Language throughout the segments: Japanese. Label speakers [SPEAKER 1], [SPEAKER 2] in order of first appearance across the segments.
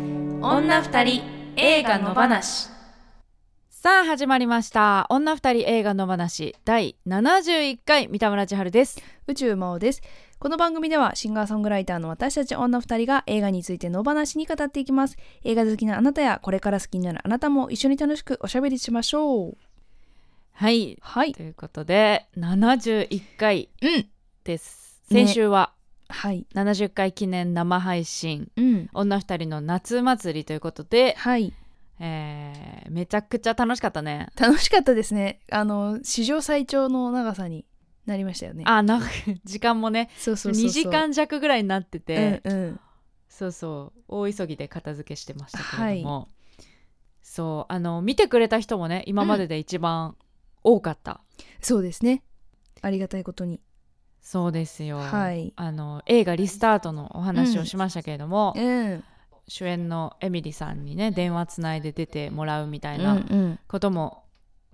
[SPEAKER 1] 女二人映画の話
[SPEAKER 2] さあ始まりました女二人映画の話第71回三田村千春です
[SPEAKER 3] 宇宙魔王ですこの番組ではシンガーソングライターの私たち女二人が映画についての話に語っていきます映画好きなあなたやこれから好きになるあなたも一緒に楽しくおしゃべりしましょう
[SPEAKER 2] はい
[SPEAKER 3] はい
[SPEAKER 2] ということで71回
[SPEAKER 3] うん
[SPEAKER 2] です、
[SPEAKER 3] ね
[SPEAKER 2] 先週は
[SPEAKER 3] はい
[SPEAKER 2] 70回記念生配信
[SPEAKER 3] うん
[SPEAKER 2] 女二人の夏祭りということで、
[SPEAKER 3] はい
[SPEAKER 2] えーめちゃくちゃ楽しかったね
[SPEAKER 3] 楽しかったですねあの史上最長の長さになりましたよね
[SPEAKER 2] あなんか時間もね
[SPEAKER 3] そうそうそうそう
[SPEAKER 2] 2時間弱ぐらいになってて、
[SPEAKER 3] うんうん
[SPEAKER 2] そうそう大急ぎで片付けしてましたけれども、そうあの見てくれた人もね今までで一番多かった、
[SPEAKER 3] そうですねありがたいことに
[SPEAKER 2] そうですよ、
[SPEAKER 3] はい
[SPEAKER 2] あの映画「リスタート」のお話をしましたけれども、
[SPEAKER 3] うん
[SPEAKER 2] 主演のエミリさんにね電話つないで出てもらうみた
[SPEAKER 3] う
[SPEAKER 2] い
[SPEAKER 3] ん
[SPEAKER 2] な
[SPEAKER 3] うん
[SPEAKER 2] ことも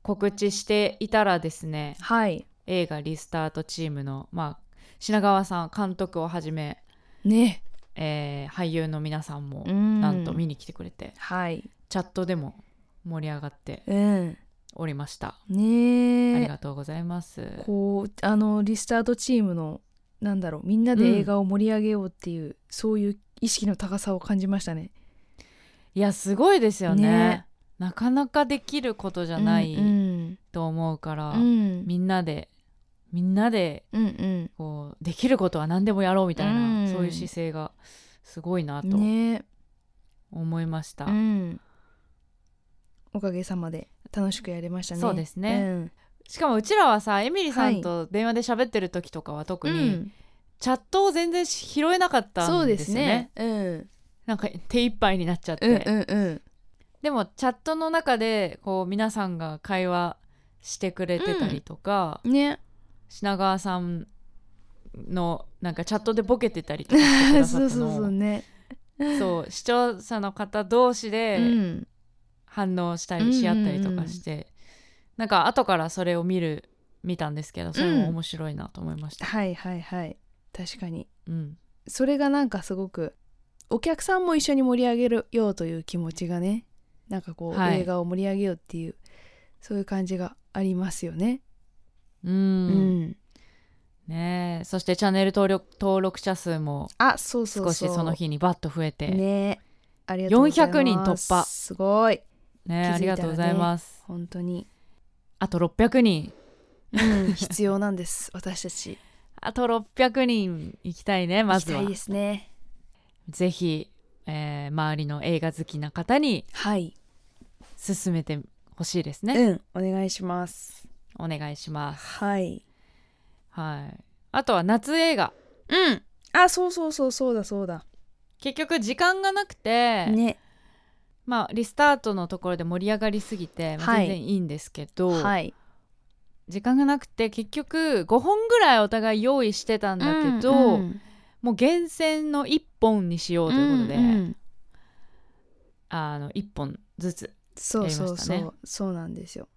[SPEAKER 2] 告知していたらですね
[SPEAKER 3] はい
[SPEAKER 2] 映画「リスタート」チームの、まあ、品川さん監督をはじめ、
[SPEAKER 3] ね
[SPEAKER 2] えー俳優の皆さんも
[SPEAKER 3] うん
[SPEAKER 2] なんと見に来てくれて、
[SPEAKER 3] はい
[SPEAKER 2] チャットでも盛り上がって
[SPEAKER 3] うん
[SPEAKER 2] おりました。
[SPEAKER 3] ね
[SPEAKER 2] あ
[SPEAKER 3] え
[SPEAKER 2] りがとうございます。
[SPEAKER 3] こうあのリスタートチームのなんだろうみんなで映画を盛り上げようっていう、そういう意識の高さを感じましたね。
[SPEAKER 2] いやすごいですよね
[SPEAKER 3] ね
[SPEAKER 2] なかなかできることじゃない
[SPEAKER 3] うん
[SPEAKER 2] と思うから、
[SPEAKER 3] うんうん
[SPEAKER 2] みんなでみんなで
[SPEAKER 3] うん
[SPEAKER 2] こうできることは何でもやろうみたいな、
[SPEAKER 3] うん
[SPEAKER 2] そういう姿勢がすごいな
[SPEAKER 3] う
[SPEAKER 2] と
[SPEAKER 3] んね
[SPEAKER 2] 思いました、
[SPEAKER 3] うんおかげさまで楽しくやれましたね。
[SPEAKER 2] そうですねしかもうちらはさエミリさんと電話で喋ってる時とかは
[SPEAKER 3] う
[SPEAKER 2] 特
[SPEAKER 3] ん。
[SPEAKER 2] に、
[SPEAKER 3] うん
[SPEAKER 2] チャットを全然拾えなかった
[SPEAKER 3] そうん
[SPEAKER 2] で
[SPEAKER 3] ですす
[SPEAKER 2] よね
[SPEAKER 3] ね。うん
[SPEAKER 2] なんか手一杯になっちゃって、
[SPEAKER 3] うんうんうん
[SPEAKER 2] でもチャットの中でこう皆さんが会話してくれてたりとか、
[SPEAKER 3] ね。
[SPEAKER 2] 品川さんのなんかチャットでボケてたりとかしてくださ
[SPEAKER 3] そ
[SPEAKER 2] っ
[SPEAKER 3] う
[SPEAKER 2] た
[SPEAKER 3] そうそう
[SPEAKER 2] のを
[SPEAKER 3] ね。
[SPEAKER 2] そう視聴者の方同士で
[SPEAKER 3] うん
[SPEAKER 2] 反応したりし合ったりとかして、なんか後からそれを見る見たんですけどそれも面白いなと思いました、
[SPEAKER 3] はいはいはい確かに
[SPEAKER 2] うん
[SPEAKER 3] それがなんかすごくお客さんも一緒に盛り上げるようという気持ちがねなんかこう、
[SPEAKER 2] はい
[SPEAKER 3] 映画を盛り上げようっていうそういう感じがありますよね。
[SPEAKER 2] うん
[SPEAKER 3] うん
[SPEAKER 2] ねえそしてチャンネル登録登録者数も
[SPEAKER 3] あそうそうそ
[SPEAKER 2] 少
[SPEAKER 3] う
[SPEAKER 2] しその日にバッと増えてね
[SPEAKER 3] ねありがとうございます
[SPEAKER 2] 400人突破
[SPEAKER 3] すごい気づいたらね
[SPEAKER 2] ありがとうございます
[SPEAKER 3] 本当に、
[SPEAKER 2] あと600人
[SPEAKER 3] うん、必要なんです 私たち
[SPEAKER 2] あと600人行きたいねまずは
[SPEAKER 3] 行きたいですね
[SPEAKER 2] ぜひ、えー周りの映画好きな方に
[SPEAKER 3] はい、
[SPEAKER 2] 進めてほしいですね、
[SPEAKER 3] うんお願いします
[SPEAKER 2] お願いします
[SPEAKER 3] はい
[SPEAKER 2] はいあとは夏映画
[SPEAKER 3] うんあそうそうそうそうだそうだ
[SPEAKER 2] 結局時間がなくて、
[SPEAKER 3] ね
[SPEAKER 2] まあリスタートのところで盛り上がりすぎて、まあ
[SPEAKER 3] はい
[SPEAKER 2] 全然いいんですけど、
[SPEAKER 3] はい
[SPEAKER 2] 時間がなくて結局5本ぐらいお互い用意してたんだけど、
[SPEAKER 3] うんうん
[SPEAKER 2] もう厳選の1本にしようということで、
[SPEAKER 3] んん
[SPEAKER 2] あの1本ずつ
[SPEAKER 3] そうそうそう、
[SPEAKER 2] やりました
[SPEAKER 3] そうなんですよ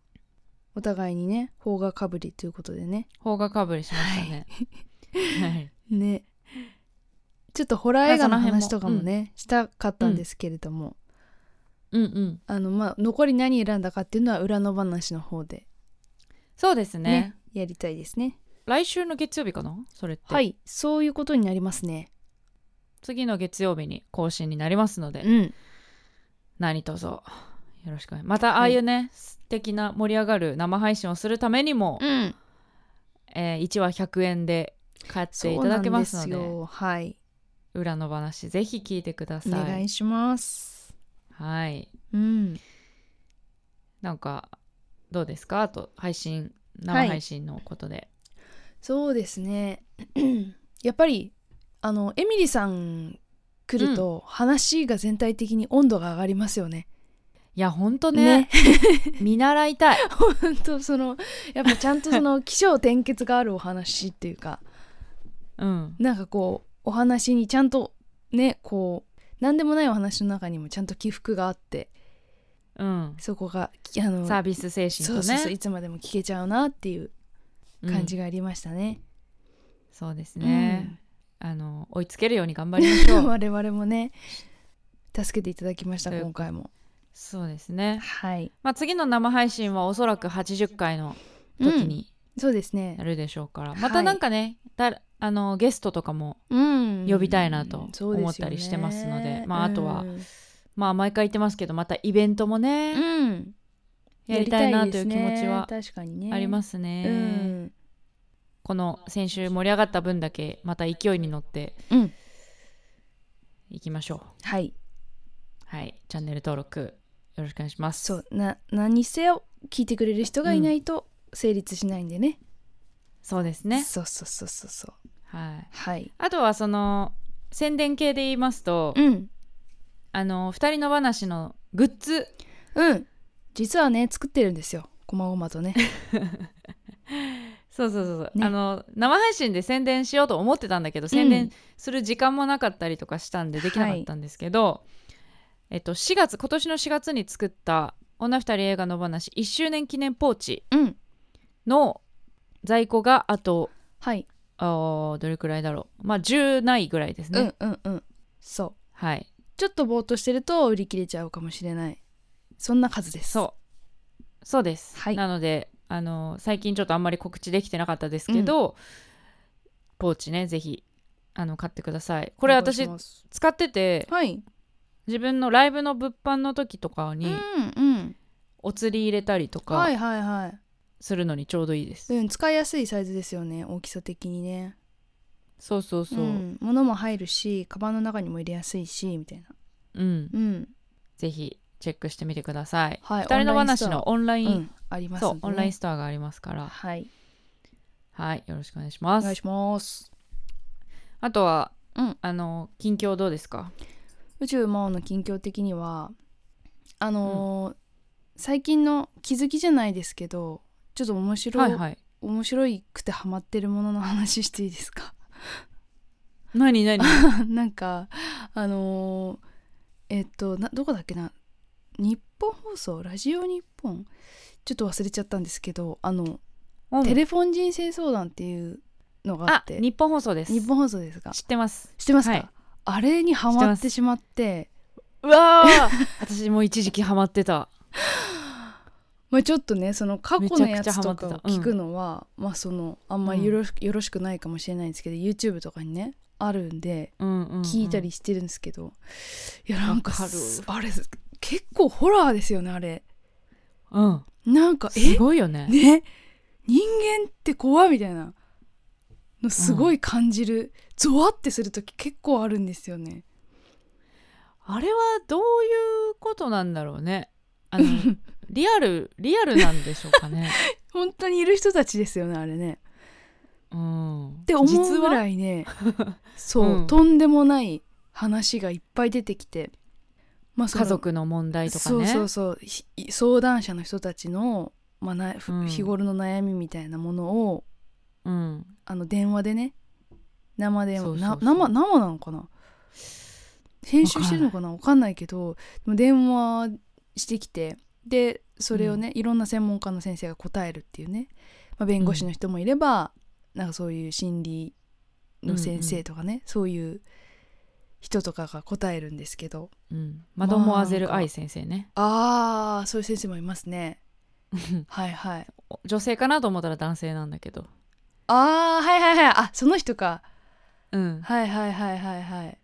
[SPEAKER 3] お互いにね邦画かぶりということでね
[SPEAKER 2] 邦画かぶりしましたね。はい
[SPEAKER 3] ねちょっとホラー映画の
[SPEAKER 2] まあ
[SPEAKER 3] 話
[SPEAKER 2] その
[SPEAKER 3] とか
[SPEAKER 2] 辺
[SPEAKER 3] も
[SPEAKER 2] も
[SPEAKER 3] ね、したかったんですけれども、
[SPEAKER 2] うんうん、
[SPEAKER 3] あのまあ残り何選んだかっていうのは裏の話の方で
[SPEAKER 2] そうですね
[SPEAKER 3] ねやりたいですね
[SPEAKER 2] 来週の月曜日かなそれって、
[SPEAKER 3] はいそういうことになりますね
[SPEAKER 2] 次の月曜日に更新になりますので、
[SPEAKER 3] うん
[SPEAKER 2] 何卒よろしくお願いまたああいうね、素敵な盛り上がる生配信をするためにも、
[SPEAKER 3] うん
[SPEAKER 2] えー1話100円で買ってい
[SPEAKER 3] そ
[SPEAKER 2] た
[SPEAKER 3] うな
[SPEAKER 2] だ
[SPEAKER 3] ん
[SPEAKER 2] けま
[SPEAKER 3] です
[SPEAKER 2] の
[SPEAKER 3] す
[SPEAKER 2] で
[SPEAKER 3] よはい
[SPEAKER 2] 裏の話ぜひ聞いてくだ
[SPEAKER 3] お
[SPEAKER 2] さ
[SPEAKER 3] 願
[SPEAKER 2] い
[SPEAKER 3] いします
[SPEAKER 2] はい
[SPEAKER 3] うん
[SPEAKER 2] なんかどうですかあと配信生配信のことで、
[SPEAKER 3] そうですね やっぱりあのエミリさん来ると、話が全体的に温度が上がりますよね。
[SPEAKER 2] い、やほんとね見習いたい
[SPEAKER 3] 本当そのやっぱちゃんとそ の起承転結があるお話っていうか
[SPEAKER 2] うん
[SPEAKER 3] なんかこうお話にちゃんとねこう何でもないお話の中にもちゃんと起伏があって
[SPEAKER 2] うん
[SPEAKER 3] そこがきあの
[SPEAKER 2] サービス精神と
[SPEAKER 3] そ
[SPEAKER 2] ね
[SPEAKER 3] うそうそういつまでも聞けちゃうなっていう感じがありましたね。
[SPEAKER 2] うん そうですね、あの追いつけるように頑張りまし
[SPEAKER 3] う
[SPEAKER 2] ょ
[SPEAKER 3] ん
[SPEAKER 2] う
[SPEAKER 3] 我々もね助けていただきました
[SPEAKER 2] という
[SPEAKER 3] 今回も
[SPEAKER 2] そうですね、
[SPEAKER 3] はい
[SPEAKER 2] まあ、次の生配信はおそらく80回の時に
[SPEAKER 3] そうですね
[SPEAKER 2] なるでしょうから、
[SPEAKER 3] はい
[SPEAKER 2] またなんかね、だあのゲストとかも
[SPEAKER 3] うん
[SPEAKER 2] 呼びたいなと
[SPEAKER 3] そうですよね
[SPEAKER 2] 思ったりしてますのでまああとは
[SPEAKER 3] うん
[SPEAKER 2] まあ毎回言ってますけどまたイベントもね、
[SPEAKER 3] うん
[SPEAKER 2] やりたいなという気持ちは
[SPEAKER 3] やりたいですね確かにね
[SPEAKER 2] ありますすね
[SPEAKER 3] うん
[SPEAKER 2] この先週盛り上がった分だけまた勢いに乗って
[SPEAKER 3] うん
[SPEAKER 2] いきましょう
[SPEAKER 3] はい
[SPEAKER 2] はいチャンネル登録よろしくお願いします
[SPEAKER 3] そうな何にせよ聞いてくれる人がいないと成立しないんでね、
[SPEAKER 2] そうですね
[SPEAKER 3] そうそうそうそうそう
[SPEAKER 2] はい
[SPEAKER 3] はい
[SPEAKER 2] あとはその宣伝系で言いますと、
[SPEAKER 3] うん
[SPEAKER 2] あの二人の話のグッズ
[SPEAKER 3] うん実はね作ってるんですよこまごまとね
[SPEAKER 2] そうそうそうそう、
[SPEAKER 3] ね
[SPEAKER 2] あの生配信で宣伝しようと思ってたんだけど宣
[SPEAKER 3] う
[SPEAKER 2] 伝
[SPEAKER 3] ん
[SPEAKER 2] する時間もなかったりとかしたんでできなかったんですけど、えっと4月今年の4月に作った「女二人映画の話」1周年記念ポーチ
[SPEAKER 3] うん
[SPEAKER 2] の在庫があと
[SPEAKER 3] はい、
[SPEAKER 2] あーどれくらいだろうまあ10ないぐらいですね、
[SPEAKER 3] うんうんうんそう
[SPEAKER 2] はい
[SPEAKER 3] ちょっとぼーっとしてると売り切れちゃうかもしれないそんな数です
[SPEAKER 2] そうそうです、
[SPEAKER 3] はい
[SPEAKER 2] なのであの最近ちょっとあんまり告知できてなかったですけど、ポーチねぜひあの買ってくださいこれ
[SPEAKER 3] お願いし
[SPEAKER 2] 私
[SPEAKER 3] ます
[SPEAKER 2] 使ってて
[SPEAKER 3] はい
[SPEAKER 2] 自分のライブの物販の時とか
[SPEAKER 3] う
[SPEAKER 2] に
[SPEAKER 3] んうん
[SPEAKER 2] お釣り入れたりと
[SPEAKER 3] は
[SPEAKER 2] か
[SPEAKER 3] いはいはい
[SPEAKER 2] するのにちょうどいいです、
[SPEAKER 3] うん使いやすいサイズですよね大きさ的にね
[SPEAKER 2] そうそうそう
[SPEAKER 3] う
[SPEAKER 2] うん、
[SPEAKER 3] ん、物も入るしカバンの中にも入れやすいしみたいなうん
[SPEAKER 2] ぜひチェックしてみてください、
[SPEAKER 3] はい
[SPEAKER 2] 二人の
[SPEAKER 3] オンラインス
[SPEAKER 2] 話
[SPEAKER 3] トア
[SPEAKER 2] のオンラ
[SPEAKER 3] う
[SPEAKER 2] イン
[SPEAKER 3] んあります
[SPEAKER 2] そうオンライン
[SPEAKER 3] ス
[SPEAKER 2] ストアがありますから
[SPEAKER 3] はい
[SPEAKER 2] はいよろしくお願いしま
[SPEAKER 3] お
[SPEAKER 2] す
[SPEAKER 3] 願いします
[SPEAKER 2] あとは、
[SPEAKER 3] うん
[SPEAKER 2] あの近況どうですか
[SPEAKER 3] 宇宙魔王の近況的にはあのー最近の気づきじゃないですけどちょっと面白い、
[SPEAKER 2] はいはい
[SPEAKER 3] 面白いくてハマってるものの話していいですか
[SPEAKER 2] 何何
[SPEAKER 3] なんかあのーえっとなどこだっけな日本放送ラジオ日本ちょっと忘れちゃったんですけどあの、
[SPEAKER 2] うん
[SPEAKER 3] テレフォン人生相談っていうのがあ
[SPEAKER 2] あ
[SPEAKER 3] って
[SPEAKER 2] 日本放送です
[SPEAKER 3] 日本放送ですが
[SPEAKER 2] 知ってます
[SPEAKER 3] 知ってますか、
[SPEAKER 2] はい
[SPEAKER 3] あれにハマっ
[SPEAKER 2] 知って
[SPEAKER 3] てしまって
[SPEAKER 2] うわー 私も一時期ハマってた
[SPEAKER 3] まあ、ちょっとねその過去のやつとかを
[SPEAKER 2] めちゃくちゃハマってたうん
[SPEAKER 3] 聞くのは、まあそのあんまよろし,、よろしくないかもしれないんですけど YouTube とかにねあるんで
[SPEAKER 2] うんうんうん
[SPEAKER 3] 聞いたりしてるんですけど、いやなんか
[SPEAKER 2] わかる
[SPEAKER 3] あれ結構ホラーですよねあれ
[SPEAKER 2] うん
[SPEAKER 3] なんか
[SPEAKER 2] す
[SPEAKER 3] え
[SPEAKER 2] ごいよね
[SPEAKER 3] ね人間って怖いみたいなのすごい感じる、ゾワってする時結構あるんですよね
[SPEAKER 2] あれはどういうことなんだろうね あのリアルリアルなんでしょうかね
[SPEAKER 3] 本当にいる人たちですよねあれね
[SPEAKER 2] うんっ
[SPEAKER 3] って思うぐ
[SPEAKER 2] い
[SPEAKER 3] らいねそう、
[SPEAKER 2] うん
[SPEAKER 3] とんでもない話がいっぱい出てきて、まあその
[SPEAKER 2] 家族の問題とかね
[SPEAKER 3] そうそうそうひ相談者の人たちの、まあなふ
[SPEAKER 2] うん
[SPEAKER 3] 日頃の悩みみたいなものを
[SPEAKER 2] うん、
[SPEAKER 3] あの電話でね生電話
[SPEAKER 2] そうそうそう
[SPEAKER 3] な生生なのかな編集してるのかなわかんないけどでも電話してきてでそれをね、いろんな専門家の先生が答えるっていうね、まあ、弁護士の人もいれば、なんかそういう心理の先生とかね、そういう人とかが答えるんですけど
[SPEAKER 2] うん、マドモアゼル愛先生ね、
[SPEAKER 3] ああそういう先生もいます ねはいはい
[SPEAKER 2] 女性かなと思ったら男性なんだけど、
[SPEAKER 3] ああはいはいはいあその人か
[SPEAKER 2] うん、
[SPEAKER 3] はいはいはいはいはい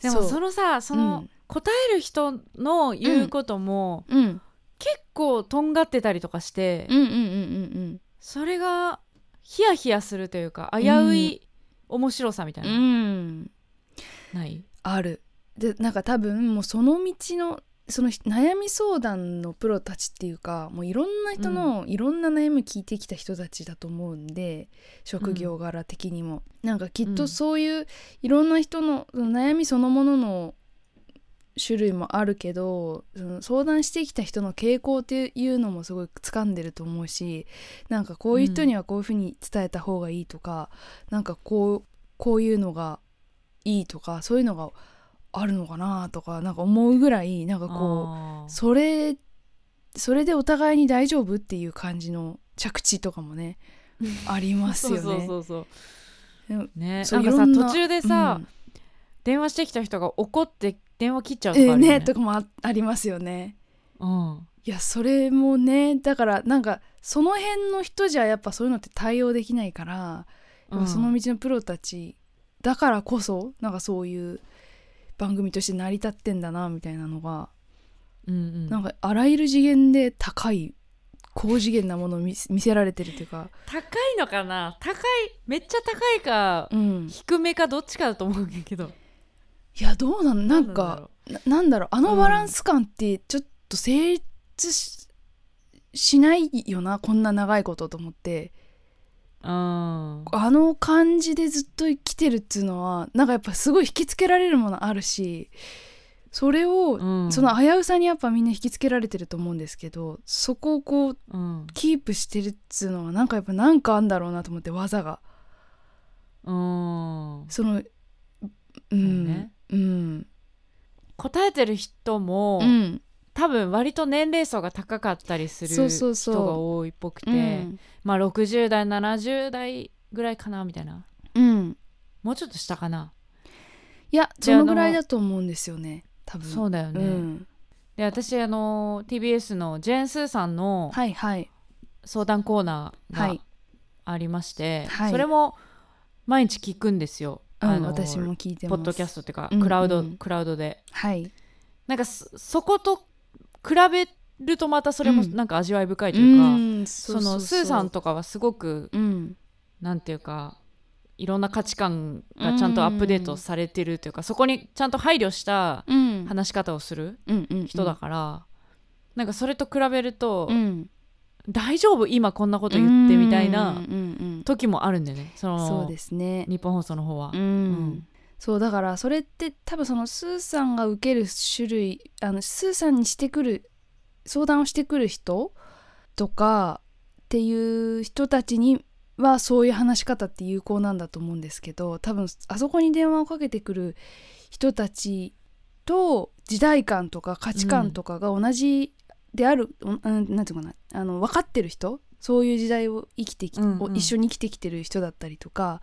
[SPEAKER 2] でも
[SPEAKER 3] う
[SPEAKER 2] そのさその、
[SPEAKER 3] うん
[SPEAKER 2] 答える人の言うことも、
[SPEAKER 3] うん
[SPEAKER 2] 結構とんがってたりとかして、
[SPEAKER 3] うんうんうんうん
[SPEAKER 2] それがヒヤヒヤするというか危うい面白さみたい
[SPEAKER 3] うん
[SPEAKER 2] な、
[SPEAKER 3] うん
[SPEAKER 2] ない
[SPEAKER 3] あるでなんか多分もうその道のその悩み相談のプロたちっていうかもういろんな人のいろんな悩み聞いてきた人たちだと思うんで、職業柄的にも、なんかきっとそういういろんな人のその悩みそのものの種類もあるけどその相談してきた人の傾向っていうのもすごい掴んでると思うしなんかこういう人にはこういうふうに伝えた方がいいとか、なんかこうこういうのがいいとかそういうのがあるのかなとかなんか思うぐらいなんかこ
[SPEAKER 2] あ
[SPEAKER 3] う
[SPEAKER 2] ー
[SPEAKER 3] それそれでお互いに大丈夫っていう感じの着地とかも ねありますよね。
[SPEAKER 2] そうそうそう
[SPEAKER 3] で
[SPEAKER 2] そう
[SPEAKER 3] も
[SPEAKER 2] ね
[SPEAKER 3] そう
[SPEAKER 2] な
[SPEAKER 3] ん
[SPEAKER 2] か
[SPEAKER 3] いろんな
[SPEAKER 2] さ途中でさ、電話してきた人が怒って電話切っちゃうと
[SPEAKER 3] え
[SPEAKER 2] かあ
[SPEAKER 3] ー
[SPEAKER 2] るよ
[SPEAKER 3] ねとかもあありますよね
[SPEAKER 2] うん
[SPEAKER 3] いやそれもねだからなんかその辺の人じゃやっぱそういうのって対応できないから、
[SPEAKER 2] うん
[SPEAKER 3] その道のプロたちだからこそなんかそういう番組として成り立ってんだなみたいなのが、
[SPEAKER 2] うんうん
[SPEAKER 3] なんかあらゆる次元で高い高次元なものを見せ見せられてるというか、
[SPEAKER 2] 高いのかな高いめっちゃ高いか、
[SPEAKER 3] うん、
[SPEAKER 2] 低めかどっちかだと思うんやけど
[SPEAKER 3] いやどうなんなん
[SPEAKER 2] どうだ
[SPEAKER 3] か
[SPEAKER 2] ろ
[SPEAKER 3] ななんだろうあのバランス感ってちょっと成立し,、しないよなこんな長いことと思って
[SPEAKER 2] ううん
[SPEAKER 3] あの感じでずっと生きてるっていうのはなんかやっぱすごい引きつけられるものあるしそれを、
[SPEAKER 2] うん
[SPEAKER 3] その危うさにやっぱみんな引きつけられてると思うんですけどそこをこう
[SPEAKER 2] うん
[SPEAKER 3] キープしてるっつうのはなんかやっぱなんかあんだろうなと思って技が
[SPEAKER 2] うん
[SPEAKER 3] そのう
[SPEAKER 2] そうんね
[SPEAKER 3] うん
[SPEAKER 2] 答えてる人も、
[SPEAKER 3] うん
[SPEAKER 2] 多分割と年齢層が高かったりする
[SPEAKER 3] そうそうそう
[SPEAKER 2] 人が多いっぽくて
[SPEAKER 3] うん
[SPEAKER 2] まあ60代70代ぐらいかなみたいな
[SPEAKER 3] うん
[SPEAKER 2] もうちょっと下かな、
[SPEAKER 3] いや
[SPEAKER 2] で
[SPEAKER 3] そのぐらいだと思うんですよね多分
[SPEAKER 2] そうだよね、
[SPEAKER 3] うん、
[SPEAKER 2] で私あの TBS のジェーン・スーさんの
[SPEAKER 3] はいはい
[SPEAKER 2] 相談コーナー
[SPEAKER 3] は
[SPEAKER 2] が
[SPEAKER 3] い
[SPEAKER 2] ありまして、
[SPEAKER 3] はい
[SPEAKER 2] それも毎日聞くんですよ、
[SPEAKER 3] うん
[SPEAKER 2] あの
[SPEAKER 3] 私も聞いて
[SPEAKER 2] ポ
[SPEAKER 3] ます
[SPEAKER 2] ッドキャストっていうか、
[SPEAKER 3] うん
[SPEAKER 2] クラウド
[SPEAKER 3] うん
[SPEAKER 2] クラウドで
[SPEAKER 3] はい
[SPEAKER 2] なんかそそこと比べるとまたそれも
[SPEAKER 3] うん
[SPEAKER 2] なんか味わい深いというか、
[SPEAKER 3] ん
[SPEAKER 2] そ
[SPEAKER 3] そ
[SPEAKER 2] の
[SPEAKER 3] う
[SPEAKER 2] ス
[SPEAKER 3] そうそう
[SPEAKER 2] ーさんとかはすごく
[SPEAKER 3] うん
[SPEAKER 2] なんていうかいろんな価値観がちゃんとアップデートされてるというか、そこにちゃんと配慮した
[SPEAKER 3] うん
[SPEAKER 2] 話し方をする
[SPEAKER 3] うんうんうん
[SPEAKER 2] 人だから、なんかそれと比べると、
[SPEAKER 3] うん
[SPEAKER 2] 大丈夫今こんなこと言ってみたい
[SPEAKER 3] うん
[SPEAKER 2] な
[SPEAKER 3] うんうん
[SPEAKER 2] 時もあるんでねその
[SPEAKER 3] そうですね
[SPEAKER 2] 日本放送の方は
[SPEAKER 3] うん、。そうだからそれって多分そのスーさんが受ける種類あのスーさんにしてくる相談をしてくる人とかっていう人たちにはそういう話し方って有効なんだと思うんですけど多分あそこに電話をかけてくる人たちと時代感とか価値観とかが同じである、うん、なんていうのかなあの分かってる人そういう時代を生きてき、
[SPEAKER 2] うんうん
[SPEAKER 3] を一緒に生きてきてる人だったりとか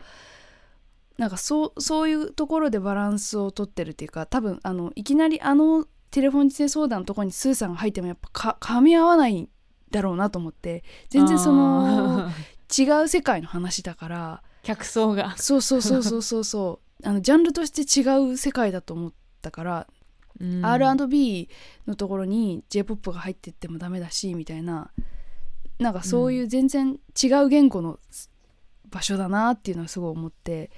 [SPEAKER 3] なんかそうそういうところでバランスをとってるっていうか多分あのいきなりあのテレフォン実践相談のところにスーさんが入ってもやっぱか噛み合わないだろうなと思って全然その
[SPEAKER 2] あー
[SPEAKER 3] 違う世界の話だから
[SPEAKER 2] 客層が、
[SPEAKER 3] そうそうそうそうそうそうあのジャンルとして違う世界だと思ったから、
[SPEAKER 2] うん
[SPEAKER 3] R&B のところに j p o p が入ってってもダメだしみたいななんかそういう全然違う言語の場所だなっていうのはすごい思って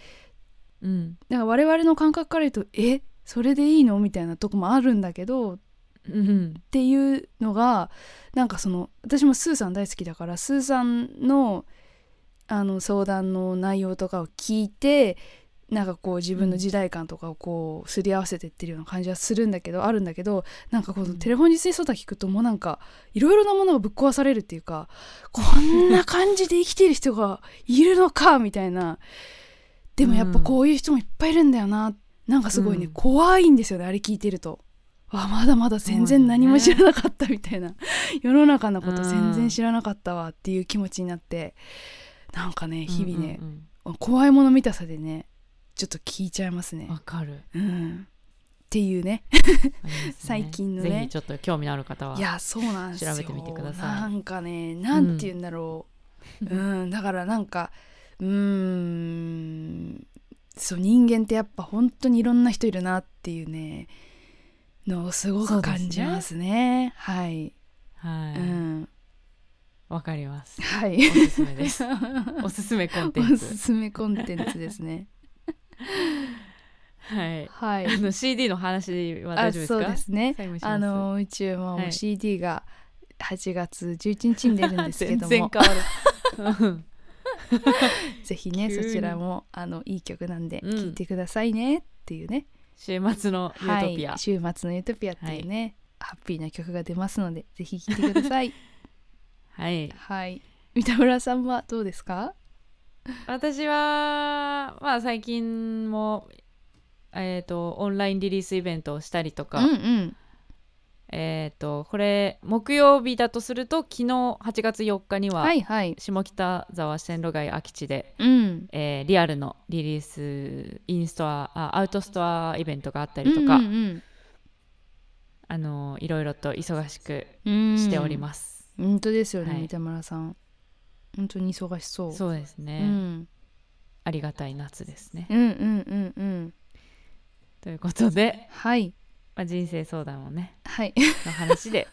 [SPEAKER 2] うん
[SPEAKER 3] だから我々の感覚から言うとえそれでいいのみたいなとこもあるんだけどっ
[SPEAKER 2] うん
[SPEAKER 3] ていうのがなんかその私もスーさん大好きだからスーさんのあの相談の内容とかを聞いてなんかこう自分の時代感とかをこうすり合わせてってるような感じはするんだけど、あるんだけどなんかこのテレフォン実践相談聞くともうなんかいろいろなものがぶっ壊されるっていうかこんな感じで生きてる人がいるの かみたいなでもやっぱこういう人もいっぱいいるんだよななんかすごいね、
[SPEAKER 2] うん
[SPEAKER 3] 怖いんですよねあれ聞いてると。あまだまだ全然何も知らなかったみたいな、世の中のこと全然知らなかったわっていう気持ちになってなんかね日々ね、
[SPEAKER 2] うんうん
[SPEAKER 3] 怖いもの見たさでねちょっと聞いちゃいます
[SPEAKER 2] うんわ、
[SPEAKER 3] ね。
[SPEAKER 2] かる、
[SPEAKER 3] うん、っていうね
[SPEAKER 2] ありますね
[SPEAKER 3] 最近のね
[SPEAKER 2] ぜひちょっと興味のある方はい
[SPEAKER 3] やそうなんですよ
[SPEAKER 2] 調べてみてください
[SPEAKER 3] なんかねなんて言うんだろう、うんだからなんかうーんそう人間ってやっぱ本当にいろんな人いるなっていうねのをすごく感じますねはい、
[SPEAKER 2] は
[SPEAKER 3] う
[SPEAKER 2] い
[SPEAKER 3] ん
[SPEAKER 2] わ、かり ます
[SPEAKER 3] はい
[SPEAKER 2] おすすめ ですおすすめコンテン
[SPEAKER 3] お
[SPEAKER 2] ツ
[SPEAKER 3] すすめコンテンツです ね
[SPEAKER 2] はい
[SPEAKER 3] はい
[SPEAKER 2] あの CD の話は
[SPEAKER 3] あ
[SPEAKER 2] 大丈夫ですか
[SPEAKER 3] そうですね
[SPEAKER 2] 最後にします
[SPEAKER 3] あの宇宙も
[SPEAKER 2] はい
[SPEAKER 3] CD が8月11日に出るんですけ
[SPEAKER 2] 全
[SPEAKER 3] ど
[SPEAKER 2] 然
[SPEAKER 3] も
[SPEAKER 2] 変わる うん
[SPEAKER 3] ぜひね
[SPEAKER 2] 急
[SPEAKER 3] そ
[SPEAKER 2] に
[SPEAKER 3] ちらもあのいい曲なんで
[SPEAKER 2] うん
[SPEAKER 3] 聴いてくださいねっていうね、
[SPEAKER 2] 週末のユー
[SPEAKER 3] は
[SPEAKER 2] ト
[SPEAKER 3] い
[SPEAKER 2] ピア、
[SPEAKER 3] 週末のユートピアっていうね、ハッピーな曲が出ますのでぜひ聴いてくださ い
[SPEAKER 2] はい、
[SPEAKER 3] はい三田村さんはどうですか
[SPEAKER 2] 私はまあ最近もえっ、とオンラインリリースイベントをしたりとか、
[SPEAKER 3] うんうん
[SPEAKER 2] えっ、とこれ木曜日だとすると昨日8月4日には、
[SPEAKER 3] はいはい
[SPEAKER 2] 下北沢線路街空き地で、
[SPEAKER 3] うん
[SPEAKER 2] えーリアルのリリースインストアあアウトストアイベントがあったりとか、
[SPEAKER 3] うんうんうん
[SPEAKER 2] あのいろいろと忙しく
[SPEAKER 3] うん
[SPEAKER 2] しております、
[SPEAKER 3] 本当ですよね、
[SPEAKER 2] はい
[SPEAKER 3] 三田村さん本当に忙しそう
[SPEAKER 2] そうですね、
[SPEAKER 3] うん、
[SPEAKER 2] ありがたい夏ですね
[SPEAKER 3] うんうんうんうん
[SPEAKER 2] ということで、
[SPEAKER 3] はい
[SPEAKER 2] まあ、人生相談をね
[SPEAKER 3] はい
[SPEAKER 2] の 話で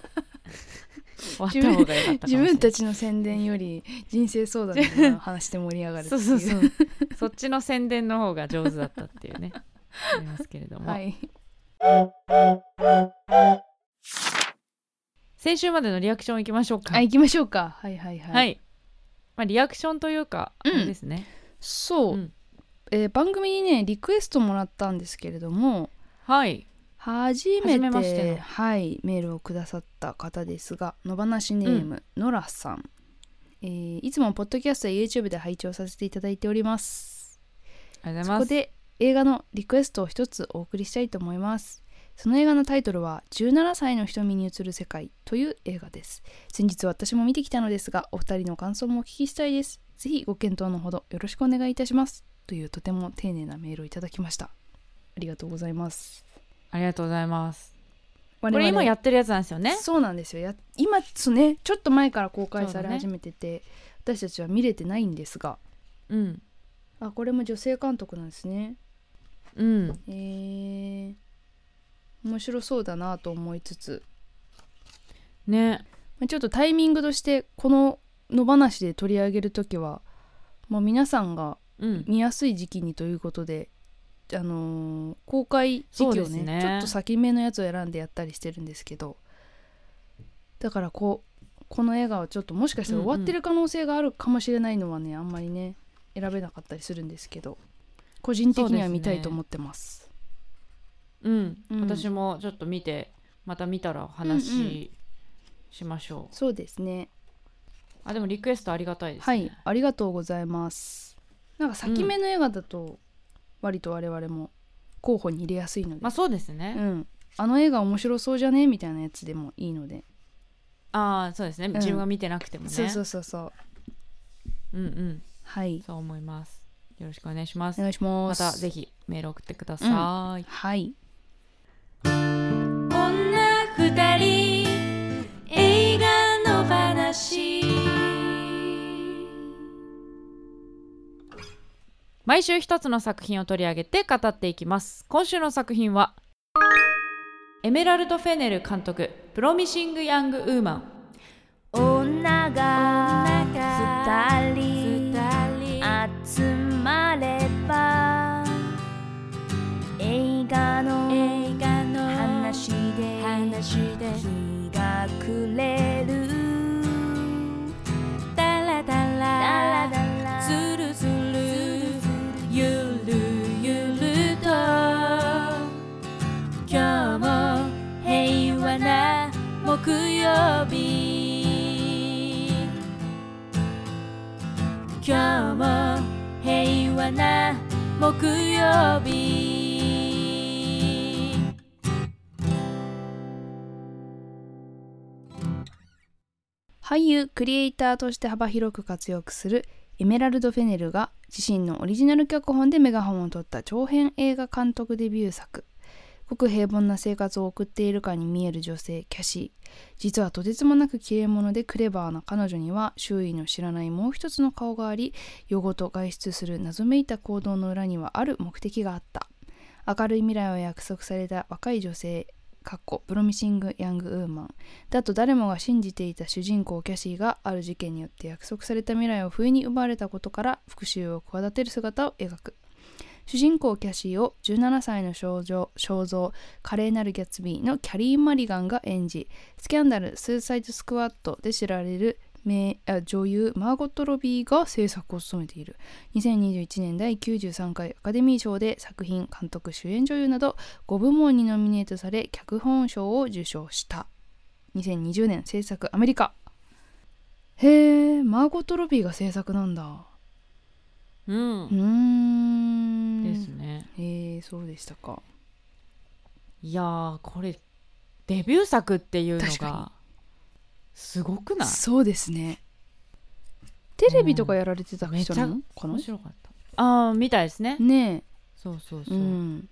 [SPEAKER 2] 終わった方が良かったかも
[SPEAKER 3] 自
[SPEAKER 2] しれない
[SPEAKER 3] 分たちの宣伝より人生相談の話で盛り上がるって
[SPEAKER 2] そ
[SPEAKER 3] いう
[SPEAKER 2] そうそうそっちの宣伝の方が上手だったっていうねありますけれども、
[SPEAKER 3] はい
[SPEAKER 2] 先週までのリアクションいきましょうか
[SPEAKER 3] あ行きましょうかはいはいはい、
[SPEAKER 2] はい、まあ、リアクションというか、
[SPEAKER 3] うん
[SPEAKER 2] あれですね
[SPEAKER 3] そう、
[SPEAKER 2] うん
[SPEAKER 3] えー番組にねリクエストもらったんですけれども
[SPEAKER 2] はい
[SPEAKER 3] 初
[SPEAKER 2] 初
[SPEAKER 3] め
[SPEAKER 2] め
[SPEAKER 3] て
[SPEAKER 2] ましての
[SPEAKER 3] はい、メールをくださった方ですが野放しネーム、のらさん、えーいつもポッドキャストや YouTube で拝聴させていただいております
[SPEAKER 2] ありがとうござい
[SPEAKER 3] そ
[SPEAKER 2] ます
[SPEAKER 3] こで映画のリクエストを一つお送りしたいと思いますその映画のタイトルは17歳の瞳に映る世界という映画です先日私も見てきたのですがお二人の感想もお聞きしたいですぜひご検討のほどよろしくお願いいたしますというとても丁寧なメールをいただきましたありがとうございます
[SPEAKER 2] ありがとうございます
[SPEAKER 3] こ
[SPEAKER 2] これ今やってるやつなんですよね
[SPEAKER 3] そうなんですよや今そうねちょっと前から公開さ
[SPEAKER 2] そう
[SPEAKER 3] れ
[SPEAKER 2] だね
[SPEAKER 3] 始めてて、私たちは見れてないんですが
[SPEAKER 2] うん
[SPEAKER 3] あこれも女性監督なんですね
[SPEAKER 2] うん
[SPEAKER 3] えー、面白そうだなと思いつつ、
[SPEAKER 2] ね
[SPEAKER 3] まあちょっとタイミングとしてこの野放しで取り上げる時はもう皆さんが
[SPEAKER 2] うん
[SPEAKER 3] 見やすい時期にということで、あのー公開時
[SPEAKER 2] そう
[SPEAKER 3] 期
[SPEAKER 2] で
[SPEAKER 3] を
[SPEAKER 2] す
[SPEAKER 3] ね
[SPEAKER 2] ね
[SPEAKER 3] ちょっと先めのやつを選んでやったりしてるんですけどだからこうこの映画はちょっともしかしたら終わってる可能性があるかもしれないのはね、あんまりね選べなかったりするんですけど個人的には見たいと思ってます。
[SPEAKER 2] うん、
[SPEAKER 3] うん
[SPEAKER 2] 私もちょっと見てまた見たら
[SPEAKER 3] うんう
[SPEAKER 2] 話しましょう、
[SPEAKER 3] そうですね
[SPEAKER 2] あでもリクエストありがたいです
[SPEAKER 3] は
[SPEAKER 2] ね
[SPEAKER 3] い、ありがとうございます。なんか先目の映画だと割と我々も候補に入れやすいので、
[SPEAKER 2] まあそうです
[SPEAKER 3] う
[SPEAKER 2] ね、
[SPEAKER 3] ん、あの映画面白そうじゃねみたいなやつでもいいので、
[SPEAKER 2] ああそうですね自分が見てなくてもね、
[SPEAKER 3] そうそうそうそう
[SPEAKER 2] うんうん
[SPEAKER 3] はい
[SPEAKER 2] そう思いますよろしくお願いしま
[SPEAKER 3] お
[SPEAKER 2] す
[SPEAKER 3] 願いしま。
[SPEAKER 2] ますたぜ
[SPEAKER 3] ひ
[SPEAKER 2] ひメール送ってください、
[SPEAKER 3] はい
[SPEAKER 1] 女二人映画の話
[SPEAKER 2] 毎週一つの作品を取り上げて語っていきます今週の作品はエメラルド・フェネル監督プロミシング・ヤング・ウーマン
[SPEAKER 1] 女が二人集まれば映画の話で日が暮れるダラダラズルズルゆるゆると今日も平和な木曜日今日も平和な木曜日
[SPEAKER 3] 俳優クリエイターとして幅広く活躍するエメラルド・フェネルが自身のオリジナル脚本でメガホンを取った長編映画監督デビュー作ごく平凡な生活を送っているかに見える女性キャシー実はとてつもなく綺麗者でクレバーな彼女には周囲の知らないもう一つの顔があり夜ごと外出する謎めいた行動の裏にはある目的があった明るい未来を約束された若い女性かっこプロミシング・ヤング・ウーマンだと誰もが信じていた主人公キャシーがある事件によって約束された未来を不意に奪われたことから復讐を企てる姿を描く主人公キャシーを17歳の少女肖像華麗なるギャツビーのキャリー・マリガンが演じスキャンダル「スーサイド・スクワット」で知られる名あ女優マーゴット・ロビーが制作を務めている2021年第93回アカデミー賞で作品監督主演女優など5部門にノミネートされ脚本賞を受賞した2020年制作アメリカへえマーゴット・ロビーが制作なんだ
[SPEAKER 2] う
[SPEAKER 3] うー
[SPEAKER 2] ん、
[SPEAKER 3] ん
[SPEAKER 2] ですね
[SPEAKER 3] へえそうでしたか
[SPEAKER 2] いやーこれデビュー作っていうの
[SPEAKER 3] 確か
[SPEAKER 2] がすごくない
[SPEAKER 3] そうですねテレビとかやられてた
[SPEAKER 2] めち
[SPEAKER 3] 人な
[SPEAKER 2] ゃ
[SPEAKER 3] のかな
[SPEAKER 2] 面白かったああみたいですね
[SPEAKER 3] ね
[SPEAKER 2] そうそう
[SPEAKER 3] え
[SPEAKER 2] そうう、
[SPEAKER 3] ん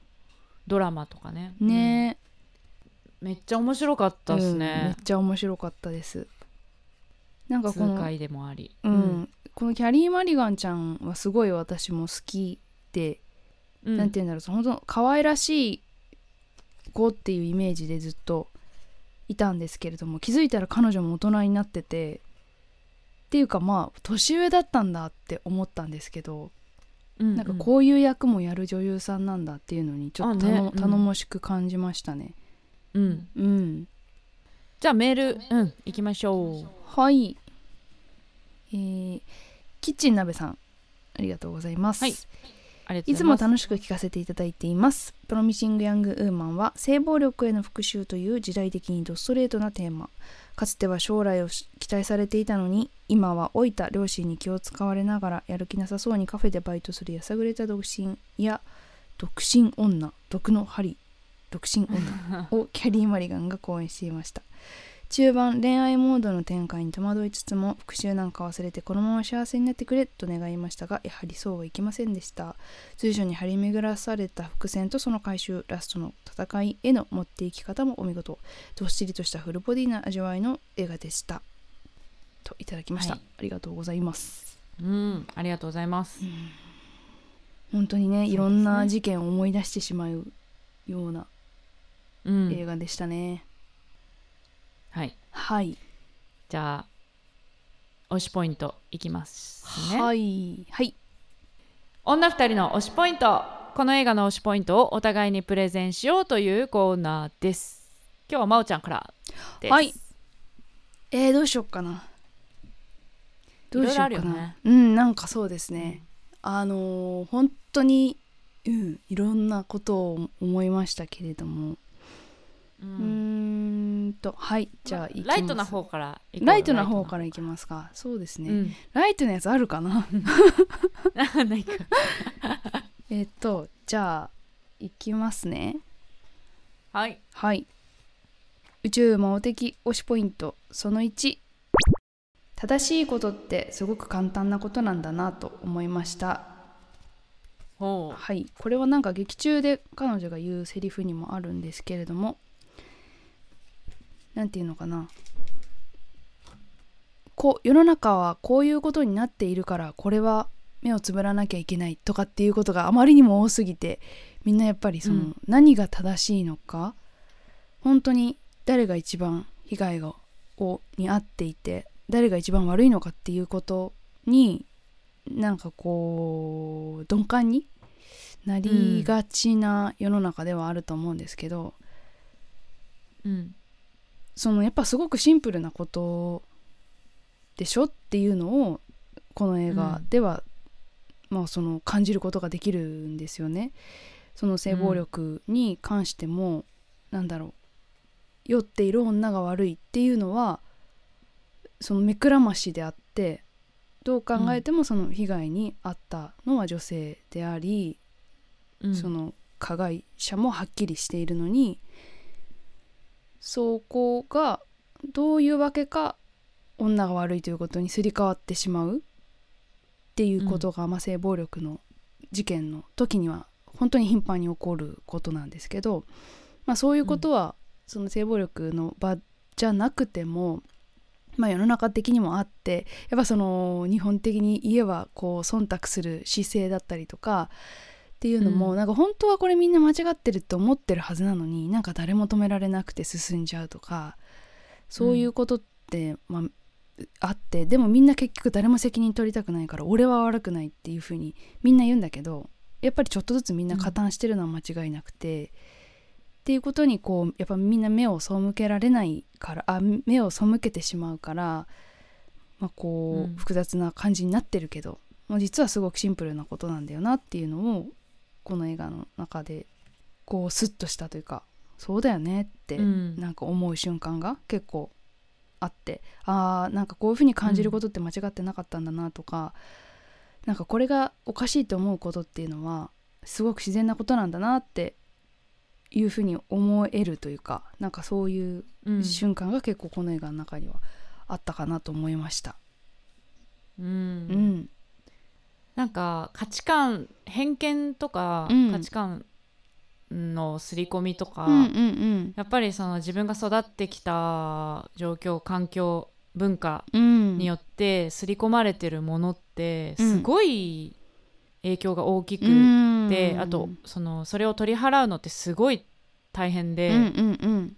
[SPEAKER 2] ドラマとかね
[SPEAKER 3] ねえ、
[SPEAKER 2] めっちゃ面白かったです
[SPEAKER 3] うんめっ
[SPEAKER 2] ね、
[SPEAKER 3] ちゃ面白かったですなんかこ
[SPEAKER 2] 痛
[SPEAKER 3] の
[SPEAKER 2] 快でもあり
[SPEAKER 3] うん、このキャリー・マリガンちゃんはすごい私も好きで、
[SPEAKER 2] うん
[SPEAKER 3] なんて言うんだろうその本当可愛らしい子っていうイメージでずっといたんですけれども気づいたら彼女も大人になっててっていうかまあ年上だったんだって思ったんですけど、
[SPEAKER 2] うう
[SPEAKER 3] なんかこういう役もやる女優さんなんだっていうのにちょっと
[SPEAKER 2] あね
[SPEAKER 3] 頼,、
[SPEAKER 2] うん
[SPEAKER 3] 頼もしく感じましたね。
[SPEAKER 2] うん
[SPEAKER 3] うん、
[SPEAKER 2] じゃあメールうん行きましょ
[SPEAKER 3] はい、えーキッチン鍋さんありがとうございます。
[SPEAKER 2] はいいうありがと
[SPEAKER 3] い
[SPEAKER 2] うござ
[SPEAKER 3] つ
[SPEAKER 2] いま
[SPEAKER 3] も
[SPEAKER 2] す
[SPEAKER 3] 楽しく聞かせていただいています。プロミシング・ヤング・ウーマンは性暴力への復讐という時代的にドストレートなテーマ。かつては将来を期待されていたのに、今は老いた両親に気を使われながらやる気なさそうにカフェでバイトするやさぐれた独身や独身女、毒の針、独身女をキャリー・マリガンが講演していました中盤恋愛モードの展開に戸惑いつつも復讐なんか忘れてこのまま幸せになってくれと願いましたがやはりそうはいきませんでした随所に張り巡らされた伏線とその回収ラストの戦いへの持っていき方もお見事どっしりとしたフルボディな味わいの映画でしたといただきました、
[SPEAKER 2] はい
[SPEAKER 3] ありがとうございます
[SPEAKER 2] うんありがとうございます
[SPEAKER 3] 本当にね
[SPEAKER 2] すね
[SPEAKER 3] いろんな事件を思い出してしまうような
[SPEAKER 2] うん、
[SPEAKER 3] 映画でしたね、
[SPEAKER 2] はい
[SPEAKER 3] はい
[SPEAKER 2] じゃあ推しポイントいきますね
[SPEAKER 3] はいはい
[SPEAKER 2] 女二人の推しポイントこの映画の推しポイントをお互いにプレゼンしようというコーナーです今日はまおちゃんからです
[SPEAKER 3] はいえー、どうしよっかな。どうしよっか
[SPEAKER 2] いろいろある
[SPEAKER 3] な。
[SPEAKER 2] よね
[SPEAKER 3] うん、なんかそうですね。あのー本当に、うん、いろんなことを思いましたけれども。
[SPEAKER 2] う
[SPEAKER 3] うんーんと、はい、じゃあ、いきます
[SPEAKER 2] ライトな方から行こうよ
[SPEAKER 3] ライトな方からいきますか。そうです
[SPEAKER 2] ラ
[SPEAKER 3] ね。
[SPEAKER 2] イトな
[SPEAKER 3] ライトのやつあるかな。
[SPEAKER 2] うん ないか
[SPEAKER 3] えっと、じゃあ、いきますね。
[SPEAKER 2] はい
[SPEAKER 3] はい。宇宙魔王的推しポイントその1正しいことってすごく簡単なことなんだなと思いました
[SPEAKER 2] ほう
[SPEAKER 3] はいこれはなんか劇中で彼女が言うセリフにもあるんですけれどもなんていうのかなこう世の中はこういうことになっているからこれは目をつぶらなきゃいけないとかっていうことがあまりにも多すぎてみんなやっぱりその、
[SPEAKER 2] うん
[SPEAKER 3] 何が正しいのか本当に誰が一番被害がをに遭っていて誰が一番悪いのかっていうことになんかこう鈍感になりがちな世の中ではあると思うんですけど、
[SPEAKER 2] うん
[SPEAKER 3] そのやっぱすごくシンプルなことでしょっていうのをこの映画では、まあ、その感じることができるんですよね。その性暴力に関しても、なんだろう酔っている女が悪いっていうのはその目くらましであってどう考えてもその被害に遭ったのは女性であり、
[SPEAKER 2] うん
[SPEAKER 3] その加害者もはっきりしているのにそこがどういうわけか女が悪いということにすり替わってしまうっていうことが、まあ性暴力の事件の時には本当に頻繁に起こることなんですけど、まあ、そういうことは、その性暴力の場じゃなくても、まあ、世の中的にもあってやっぱその日本的に言えばこう忖度する姿勢だったりとかっていうのも、
[SPEAKER 2] うん
[SPEAKER 3] なんか本当はこれみんな間違ってると思ってるはずなのになんか誰も止められなくて進んじゃうとかそういうことって、まああってでもみんな結局誰も責任取りたくないから俺は悪くないっていうふうにみんな言うんだけどやっぱりちょっとずつみんな加担してるのは間違いなくて、っていうことにこうやっぱみんな目を背けられないからあ目を背けてしまうから、まあ、こう、
[SPEAKER 2] うん
[SPEAKER 3] 複雑な感じになってるけどもう実はすごくシンプルなことなんだよなっていうのをこの映画の中でこうスッとしたというかそうだよねって
[SPEAKER 2] うん
[SPEAKER 3] なんか思う瞬間が結構あってあーなんかこういうふうに感じることって間違ってなかったんだなとか、なんかこれがおかしいと思うことっていうのはすごく自然なことなんだなっていうふうに思えるというかなんかそういう
[SPEAKER 2] うん
[SPEAKER 3] 瞬間が結構この映画の中にはあったかなと思いました。
[SPEAKER 2] うん
[SPEAKER 3] うん、
[SPEAKER 2] なんか価値観偏見とか
[SPEAKER 3] うん
[SPEAKER 2] 価値観の刷り込みとか、
[SPEAKER 3] うんうんうん
[SPEAKER 2] やっぱりその自分が育ってきた状況環境文化
[SPEAKER 3] うん
[SPEAKER 2] によって刷り込まれてるものって
[SPEAKER 3] うん
[SPEAKER 2] すごい影響が大きく
[SPEAKER 3] うん
[SPEAKER 2] て、あとそのそれを取り払うのってすごい大変
[SPEAKER 3] う
[SPEAKER 2] で、
[SPEAKER 3] んうんうん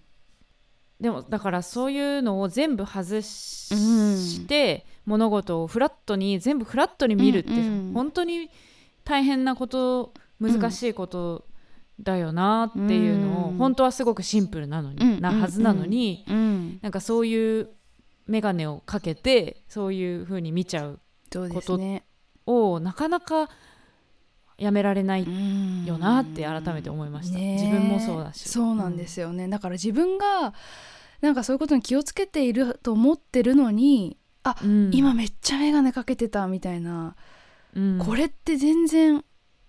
[SPEAKER 2] でもだからそういうのを全部外し,、
[SPEAKER 3] うん
[SPEAKER 2] て物事をフラットに全部フラットに見るって、
[SPEAKER 3] うんうん
[SPEAKER 2] 本当に大変なこと難しいことだよなっていうのを、
[SPEAKER 3] うん
[SPEAKER 2] 本当はすごくシンプルなのに、
[SPEAKER 3] うん
[SPEAKER 2] なはずなのに、
[SPEAKER 3] うん
[SPEAKER 2] なんかそういう眼鏡をかけてそういう風に見ちゃう
[SPEAKER 3] そうで
[SPEAKER 2] こ
[SPEAKER 3] す
[SPEAKER 2] と
[SPEAKER 3] ね
[SPEAKER 2] をなかなかやめられないよ
[SPEAKER 3] よ
[SPEAKER 2] なって改めて思いました自分もそうだし
[SPEAKER 3] そうなんですよね、だから自分がなんかそういうことに気をつけていると思ってるのにあ、
[SPEAKER 2] うん
[SPEAKER 3] 今めっちゃ眼鏡かけてたみたいな、
[SPEAKER 2] うん
[SPEAKER 3] これって全然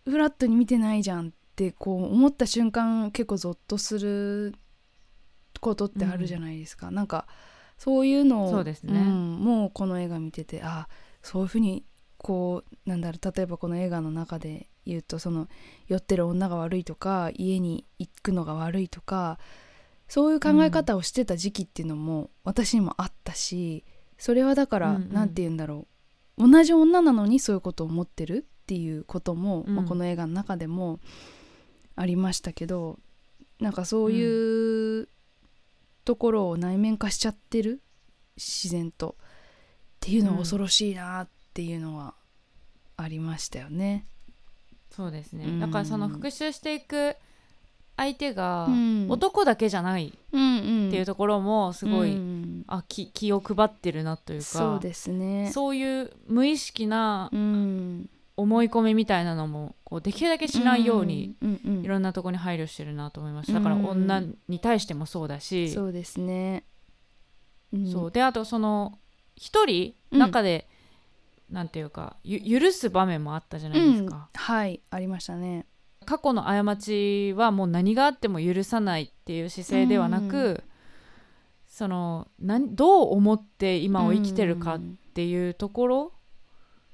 [SPEAKER 3] フラットに見てないじゃんってこう思った瞬間結構ゾッとすることってあるじゃないですか、なんかそういうのを
[SPEAKER 2] そうですね
[SPEAKER 3] んもうこの映画見ててあそういうふうにこうなんだろう例えばこの映画の中で言うとその酔ってる女が悪いとか家に行くのが悪いとかそういう考え方をしてた時期っていうのも私にもあったしそれはだから
[SPEAKER 2] うんうん
[SPEAKER 3] 何て言うんだろう同じ女なのにそういうことを思ってるっていうことも、
[SPEAKER 2] うん
[SPEAKER 3] まあ、この映画の中でもありましたけどなんかそういうところを内面化しちゃってる自然とっていうのは恐ろしいなっていうのはありましたよね。
[SPEAKER 2] そうですね、
[SPEAKER 3] うん
[SPEAKER 2] だからその復讐していく相手が
[SPEAKER 3] うん
[SPEAKER 2] 男だけじゃない
[SPEAKER 3] っ
[SPEAKER 2] っていう
[SPEAKER 3] と
[SPEAKER 2] ところもすごい、
[SPEAKER 3] うん
[SPEAKER 2] あ気気を配ってるなというか
[SPEAKER 3] そうですね。
[SPEAKER 2] そういう無意識な
[SPEAKER 3] うん、
[SPEAKER 2] 思い込みみたいなのもこうできるだけしないように、
[SPEAKER 3] うんうん
[SPEAKER 2] いろんなとこに配慮してるなと思いましただから
[SPEAKER 3] うん
[SPEAKER 2] 女に対してもそうだし、
[SPEAKER 3] そうですね。うん
[SPEAKER 2] そうであとその一人
[SPEAKER 3] うん
[SPEAKER 2] 中で、なんていうかゆ許す場面もあったじゃないですか、
[SPEAKER 3] うんはいありましたね。
[SPEAKER 2] 過去の過ちはもう何があっても許さないっていう姿勢ではなく、
[SPEAKER 3] う
[SPEAKER 2] そのなんどう思って今を生きてるかっていうところ、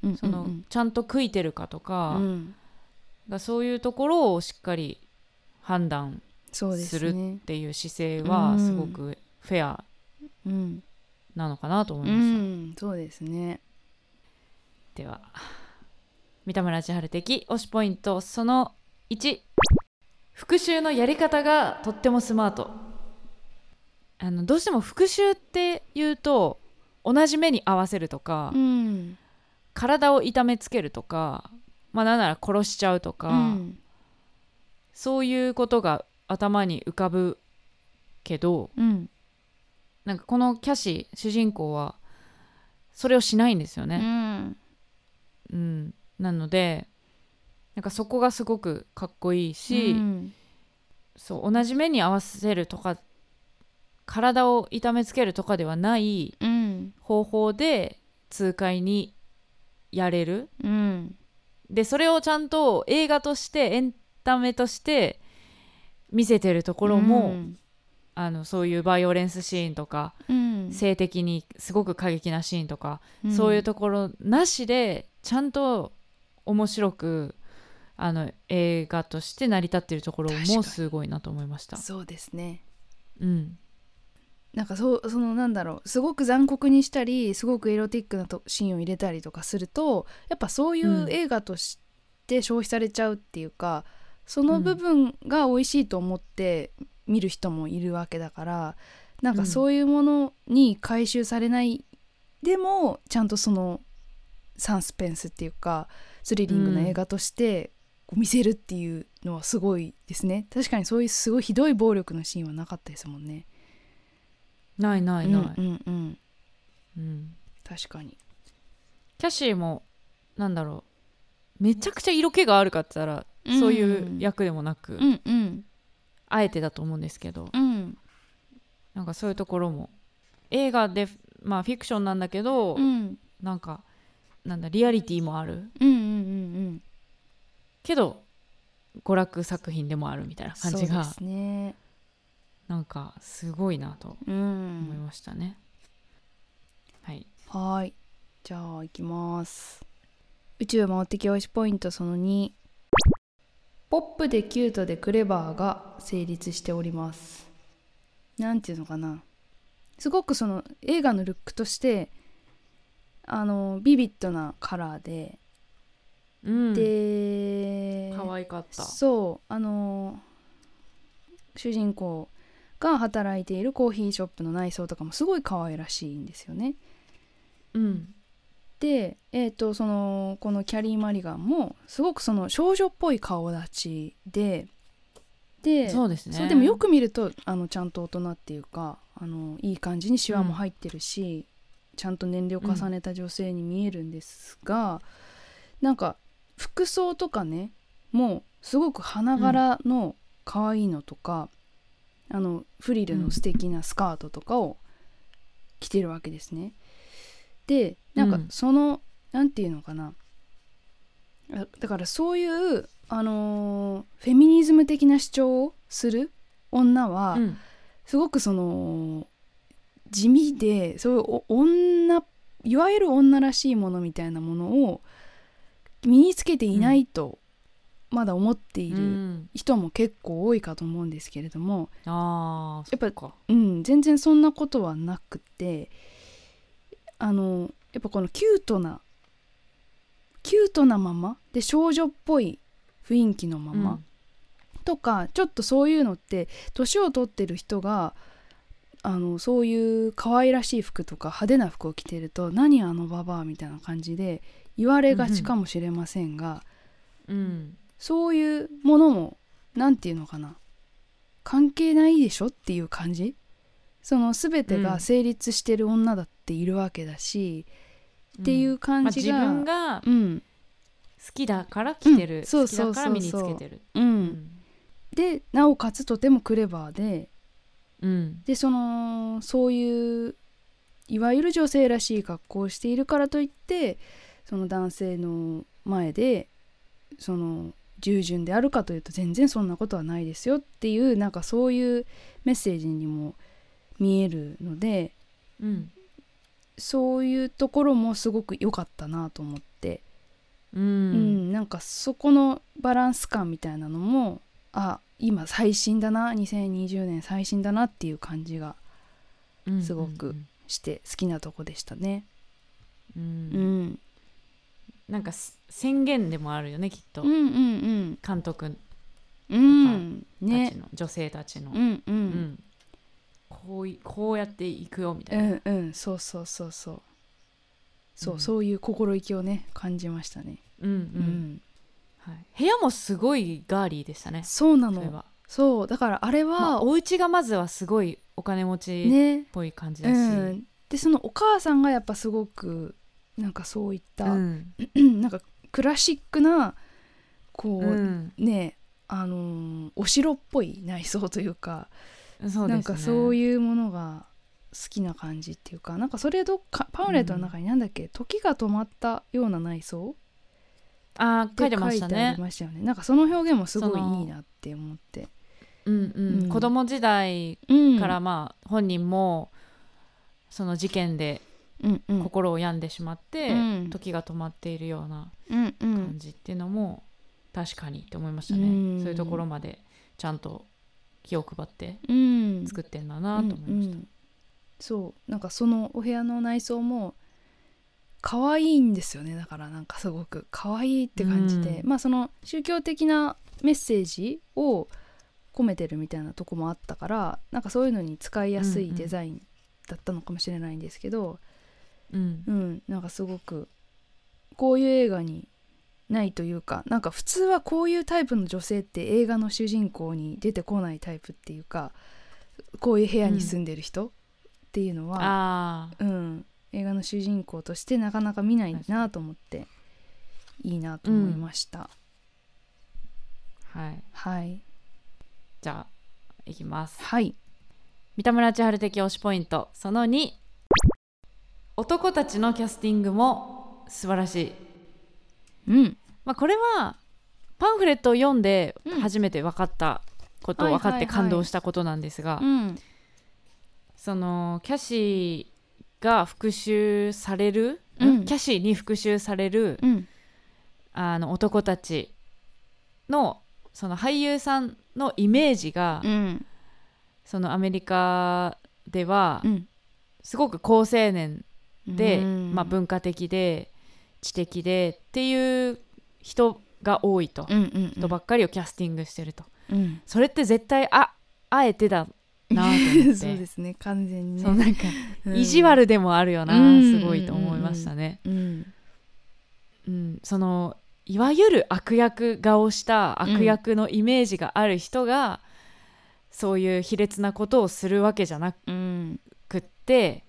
[SPEAKER 3] うん
[SPEAKER 2] そのちゃんと悔いてるかと
[SPEAKER 3] う
[SPEAKER 2] か、
[SPEAKER 3] んうん
[SPEAKER 2] がそういうところをしっかり判断
[SPEAKER 3] そうですす
[SPEAKER 2] る
[SPEAKER 3] ね
[SPEAKER 2] っ。ていう姿勢はすごくフェア
[SPEAKER 3] うん、
[SPEAKER 2] なのかなと思
[SPEAKER 3] う
[SPEAKER 2] いました。
[SPEAKER 3] ん、そうですね。
[SPEAKER 2] では三田村千春的推しポイントその1復習のやり方がとってもスマートあのどうしても復習っていうと同じ目に合わせるとか、
[SPEAKER 3] うん、
[SPEAKER 2] 体を痛めつけるとか、まあ、なんなら殺しちゃうとか、
[SPEAKER 3] うん
[SPEAKER 2] そういうことが頭に浮かぶけど
[SPEAKER 3] うん、
[SPEAKER 2] なんかこのキャシー主人公はそれをしないんですよね。
[SPEAKER 3] うん、
[SPEAKER 2] うん、なのでなんかそこがすごくかっこいいし、
[SPEAKER 3] うん
[SPEAKER 2] そう同じ目に合わせるとか体を痛めつけるとかではない
[SPEAKER 3] うん、
[SPEAKER 2] 方法で痛快にやれる
[SPEAKER 3] うん、
[SPEAKER 2] でそれをちゃんと映画としてエンタメとして見せてるところ
[SPEAKER 3] う
[SPEAKER 2] も、
[SPEAKER 3] ん
[SPEAKER 2] あのそういうバイオレンスシーンとか、
[SPEAKER 3] うん、
[SPEAKER 2] 性的にすごく過激なシーンとか
[SPEAKER 3] ん
[SPEAKER 2] そういうところなしでちゃんと面白くあの映画として成り立っているところ
[SPEAKER 3] 確かに
[SPEAKER 2] もすごいなと思いました。
[SPEAKER 3] そうですね。
[SPEAKER 2] うん、
[SPEAKER 3] なんかそうそのなんだろうすごく残酷にしたりすごくエロティックなとシーンを入れたりとかするとやっぱそういうんう映画として消費されちゃうっていうか、その部分が美味しいと思って見る人もいるわけだからなん
[SPEAKER 2] う
[SPEAKER 3] か
[SPEAKER 2] ん
[SPEAKER 3] そういうものに回収されない、でもちゃんとそのサンスペンスっていうかスリリングな映画としてこう見せるっていうのはすごいですね確かにそういうすごいひどい暴力のシーンはなかったですもんね。
[SPEAKER 2] ないないない、
[SPEAKER 3] うんうんうん
[SPEAKER 2] うん
[SPEAKER 3] 確かに
[SPEAKER 2] キャシーもなんだろうめちゃくちゃ色気があるかって言ったら、
[SPEAKER 3] うん
[SPEAKER 2] そういう役でもなく、
[SPEAKER 3] んうん
[SPEAKER 2] あえてだと思うんですけど
[SPEAKER 3] うん
[SPEAKER 2] なんかそういうところも映画でまあフィクションなんだけど、
[SPEAKER 3] うん
[SPEAKER 2] なんかなんだリアリティもある
[SPEAKER 3] うんうん
[SPEAKER 2] けど娯楽作品でもあるみたいな感じが
[SPEAKER 3] そうですね
[SPEAKER 2] なんかすごいなと
[SPEAKER 3] う
[SPEAKER 2] 思い
[SPEAKER 3] ん
[SPEAKER 2] ましたね。はい。
[SPEAKER 3] はーいじゃあ行きます宇宙を回ってきおいしポイントその2ポップでキュートでクレバーが成立しておりますなんていうのかなすごくその映画のルックとしてあのビビッドなカラーで、
[SPEAKER 2] うん、
[SPEAKER 3] で
[SPEAKER 2] 可愛かった
[SPEAKER 3] そうあの主人公が働いているコーヒーショップの内装とかもすごい可愛らしいんですよね
[SPEAKER 2] うん
[SPEAKER 3] で、えー、とそのこのキャリー・マリガンもすごくその少女っぽい顔立ちでで
[SPEAKER 2] そうですね
[SPEAKER 3] そうでもよく見るとあのちゃんと大人っていうかあのいい感じにシワも入ってるし、ちゃんと年齢を重ねた女性に見えるんですが、なんか服装とかねもうすごく花柄の可愛いのとか、あのフリルの素敵なスカートとかを着てるわけですね。でなんか
[SPEAKER 2] うん
[SPEAKER 3] その、なんていうのかなあだからそういう、あのーフェミニズム的な主張をする女は、
[SPEAKER 2] うん
[SPEAKER 3] すごくその地味でそういうお女いわゆる女らしいものみたいなものを身につけていないと、まだ思っていうる
[SPEAKER 2] ん
[SPEAKER 3] 人も結構多いかと思うんですけれども、
[SPEAKER 2] あー
[SPEAKER 3] やっぱ
[SPEAKER 2] そっか
[SPEAKER 3] うん、全然そんなことはなくてあのやっぱこのキュートなキュートなままで少女っぽい雰囲気のまま、とかちょっとそういうのって年を取ってる人があのそういう可愛らしい服とか派手な服を着てると「何あのババア」みたいな感じで言われがちかもしれませんが、
[SPEAKER 2] うん、うん
[SPEAKER 3] そういうものも何て言うのかな関係ないでしょっていう感じその全て
[SPEAKER 2] うん
[SPEAKER 3] が成立してる女だっているわけだし、っていう感
[SPEAKER 2] まあ、
[SPEAKER 3] じ
[SPEAKER 2] 自
[SPEAKER 3] が、
[SPEAKER 2] 分が好
[SPEAKER 3] うん
[SPEAKER 2] きだから着てる、
[SPEAKER 3] うんそうそう
[SPEAKER 2] 好きだから身につけてる
[SPEAKER 3] う、
[SPEAKER 2] うん
[SPEAKER 3] でなおかつとてもクレバーで
[SPEAKER 2] うん
[SPEAKER 3] でそのそういういわゆる女性らしい格好をしているからといってその男性の前でその従順であるかというと全然そんなことはないですよっていうなんかそういうメッセージにも見えるので
[SPEAKER 2] うん
[SPEAKER 3] そういうところもすごく良かったなと思って、
[SPEAKER 2] う
[SPEAKER 3] うん
[SPEAKER 2] ん
[SPEAKER 3] なんかそこのバランス感みたいなのもあ今最新だな2020年最新だなっていう感じが
[SPEAKER 2] うん
[SPEAKER 3] すごくして好きなとこでしたね。
[SPEAKER 2] うん
[SPEAKER 3] う
[SPEAKER 2] うん
[SPEAKER 3] ん、
[SPEAKER 2] なんかす宣言でもあるよねきっと、
[SPEAKER 3] うんうん
[SPEAKER 2] 監督
[SPEAKER 3] うんうん
[SPEAKER 2] た
[SPEAKER 3] ね
[SPEAKER 2] ちの、女性たちの、
[SPEAKER 3] うんう
[SPEAKER 2] うんんこういこうやっていくよみた
[SPEAKER 3] う
[SPEAKER 2] いな、
[SPEAKER 3] んうんそうそうそうそうそううんそういう心意気をね感じましたね
[SPEAKER 2] うんうん
[SPEAKER 3] うん
[SPEAKER 2] はい、部屋もすごいガーリーでしたね
[SPEAKER 3] そうな
[SPEAKER 2] そういえ
[SPEAKER 3] の
[SPEAKER 2] ば、
[SPEAKER 3] そうだからあれ
[SPEAKER 2] まあ、
[SPEAKER 3] は
[SPEAKER 2] お家がまずはすごいお金持ちっ
[SPEAKER 3] ね
[SPEAKER 2] ぽい感じだ
[SPEAKER 3] う
[SPEAKER 2] し、
[SPEAKER 3] んでそのお母さんがやっぱすごくなんかそういった
[SPEAKER 2] う
[SPEAKER 3] なんかクラシックなこ
[SPEAKER 2] う
[SPEAKER 3] うんねあのーお城っぽい内装というか
[SPEAKER 2] そうですね
[SPEAKER 3] なんかそう
[SPEAKER 2] う
[SPEAKER 3] いうものが好きな感じっていうかなんかそれどっかパンフレットの中になんだっけ、時が止まったような内装
[SPEAKER 2] あ
[SPEAKER 3] っ
[SPEAKER 2] ー
[SPEAKER 3] て
[SPEAKER 2] 書いてまし
[SPEAKER 3] 書
[SPEAKER 2] た
[SPEAKER 3] いてあ
[SPEAKER 2] ね
[SPEAKER 3] りましたよねなんかその表現もすご
[SPEAKER 2] そ
[SPEAKER 3] い
[SPEAKER 2] の
[SPEAKER 3] いいなって思って、
[SPEAKER 2] うんうん
[SPEAKER 3] うん
[SPEAKER 2] 子供時代
[SPEAKER 3] うん
[SPEAKER 2] から、まあ本人もその事件で
[SPEAKER 3] うんうん
[SPEAKER 2] 心を病んでしまって、
[SPEAKER 3] うん
[SPEAKER 2] 時が止まっているような
[SPEAKER 3] うんうん、
[SPEAKER 2] 感じっていうのも確かにって思いましたね、
[SPEAKER 3] うん
[SPEAKER 2] そういうところまでちゃんと気を配って
[SPEAKER 3] うん、
[SPEAKER 2] 作ってんだなと思いました、
[SPEAKER 3] うんうんそうなんかそのお部屋の内装も可愛いんですよねだからなんかすごく可愛いって感じで、
[SPEAKER 2] うん
[SPEAKER 3] まあその宗教的なメッセージを込めてるみたいなとこもあったからなんかそういうのに使いやす
[SPEAKER 2] うん
[SPEAKER 3] い
[SPEAKER 2] うん
[SPEAKER 3] デザインだったのかもしれないんですけど、
[SPEAKER 2] うん
[SPEAKER 3] うんなんかすごくこういう映画にないというかなんか普通はこういうタイプの女性って映画の主人公に出てこないタイプっていうかこういう部屋に住んでる人っていうのは、
[SPEAKER 2] ああ
[SPEAKER 3] うん映画の主人公としてなかなか見ないなと思っていいなと思いました、
[SPEAKER 2] はい
[SPEAKER 3] はい
[SPEAKER 2] じゃあいきます
[SPEAKER 3] はい
[SPEAKER 2] 三田村千春的推しポイントその2男たちのキャスティングも素晴らしい、
[SPEAKER 3] うん
[SPEAKER 2] まあ、これはパンフレットを読んで
[SPEAKER 3] うん
[SPEAKER 2] 初めて分かったことを
[SPEAKER 3] はいは
[SPEAKER 2] 分
[SPEAKER 3] いは
[SPEAKER 2] か
[SPEAKER 3] い
[SPEAKER 2] って感動したことなんですが、
[SPEAKER 3] うん
[SPEAKER 2] そのキャシーが復讐される、
[SPEAKER 3] うん
[SPEAKER 2] キャシーに復讐される、
[SPEAKER 3] うん
[SPEAKER 2] あの男たちのその俳優さんのイメージが、
[SPEAKER 3] うん
[SPEAKER 2] そのアメリカでは
[SPEAKER 3] うん
[SPEAKER 2] すごく好青年で、
[SPEAKER 3] うん
[SPEAKER 2] まあ、文化的で知的でっていう人が多いと、
[SPEAKER 3] うんうんうん
[SPEAKER 2] 人ばっかりをキャスティングしてると
[SPEAKER 3] うん
[SPEAKER 2] それって絶対ああえてだなと思っ て
[SPEAKER 3] そうですね完全に
[SPEAKER 2] そう
[SPEAKER 3] ね
[SPEAKER 2] なんか
[SPEAKER 3] うん
[SPEAKER 2] 意地悪でもあるよな、
[SPEAKER 3] うん
[SPEAKER 2] すごいと思いましたね、
[SPEAKER 3] うん
[SPEAKER 2] うんそのいわゆる悪役顔をした悪役のイメージがある人が、そういう卑劣なことをするわけじゃな
[SPEAKER 3] うん
[SPEAKER 2] くって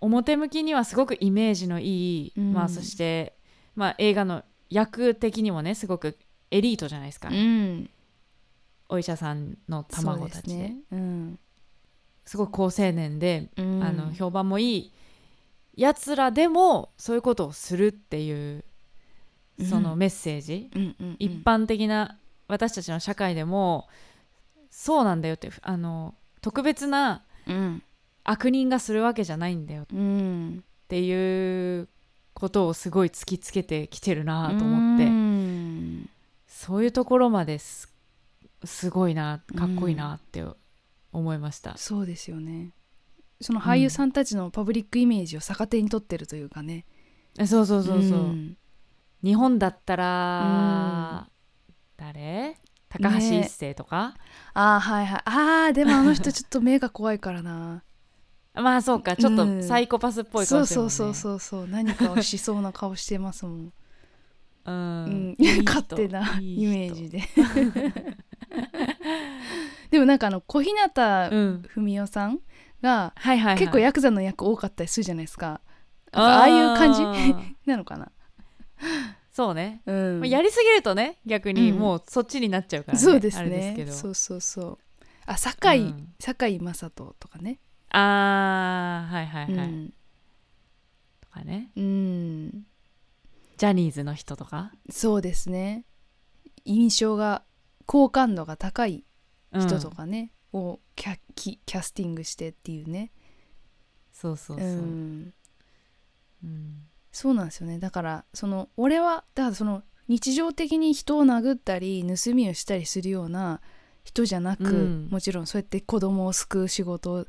[SPEAKER 2] 表向きにはすごくイメージのいい、
[SPEAKER 3] うん
[SPEAKER 2] まあ、そして、まあ、映画の役的にもねすごくエリートじゃないですか、
[SPEAKER 3] うん
[SPEAKER 2] お医者さんの卵たちで
[SPEAKER 3] そうですねうん
[SPEAKER 2] すごく好青年で、
[SPEAKER 3] うん
[SPEAKER 2] あの評判もいいやつらでもそういうことをするっていうその
[SPEAKER 3] うん
[SPEAKER 2] メッセージ、
[SPEAKER 3] うんうんうん
[SPEAKER 2] 一般的な私たちの社会でもそうなんだよってあの特別な
[SPEAKER 3] うん
[SPEAKER 2] 悪人がするわけじゃないんだよっ
[SPEAKER 3] うん
[SPEAKER 2] ていうことをすごい突きつけてきてるなと思って、
[SPEAKER 3] 思って
[SPEAKER 2] そういうところまですすごいなかっこいいなって思いました。
[SPEAKER 3] そうですよねその俳優さんたちのパブリックイメージを逆手に取ってるというかね
[SPEAKER 2] えそうそうそうそう、
[SPEAKER 3] ん
[SPEAKER 2] 日本だったら、誰高橋一生とか、
[SPEAKER 3] ああはいはいああでもあの人ちょっと目が怖いからな
[SPEAKER 2] まあそうかちょっ
[SPEAKER 3] う
[SPEAKER 2] と
[SPEAKER 3] ん
[SPEAKER 2] サイコパスっぽい
[SPEAKER 3] そ
[SPEAKER 2] 顔
[SPEAKER 3] う
[SPEAKER 2] してるも
[SPEAKER 3] そ
[SPEAKER 2] ん、
[SPEAKER 3] う
[SPEAKER 2] ね、
[SPEAKER 3] そうそうそう何かをしそうな顔してますもん、
[SPEAKER 2] う
[SPEAKER 3] うんん、
[SPEAKER 2] いい人
[SPEAKER 3] 勝手ない
[SPEAKER 2] い人
[SPEAKER 3] イメージで でもなんかあの小日
[SPEAKER 2] う
[SPEAKER 3] 向
[SPEAKER 2] ん
[SPEAKER 3] 文世さんが
[SPEAKER 2] はいはい、はい、
[SPEAKER 3] 結構ヤクザの役多かったりするじゃないですか
[SPEAKER 2] あ
[SPEAKER 3] ああいう感じ
[SPEAKER 2] ー
[SPEAKER 3] なのかな
[SPEAKER 2] そうね、
[SPEAKER 3] うん
[SPEAKER 2] まあ、やりすぎるとね逆に
[SPEAKER 3] うん
[SPEAKER 2] もうそっちになっちゃうから、ね
[SPEAKER 3] そうです
[SPEAKER 2] あ
[SPEAKER 3] ね
[SPEAKER 2] れですけど
[SPEAKER 3] そうそうそうあ堺、
[SPEAKER 2] うん
[SPEAKER 3] 堺雅人とかね
[SPEAKER 2] あーはいはいはい、
[SPEAKER 3] うん
[SPEAKER 2] とかね
[SPEAKER 3] うん
[SPEAKER 2] ジャニーズの人とか、
[SPEAKER 3] そうですね印象が好感度が高い
[SPEAKER 2] うん
[SPEAKER 3] 人とかね、をキャキキャスティングしてっていうね
[SPEAKER 2] そうそうそう、
[SPEAKER 3] うん
[SPEAKER 2] うん
[SPEAKER 3] そうなんですよねだからその俺はだからその日常的に人を殴ったり盗みをしたりするような人じゃなく、
[SPEAKER 2] うん
[SPEAKER 3] もちろんそうやって子供を救う仕事を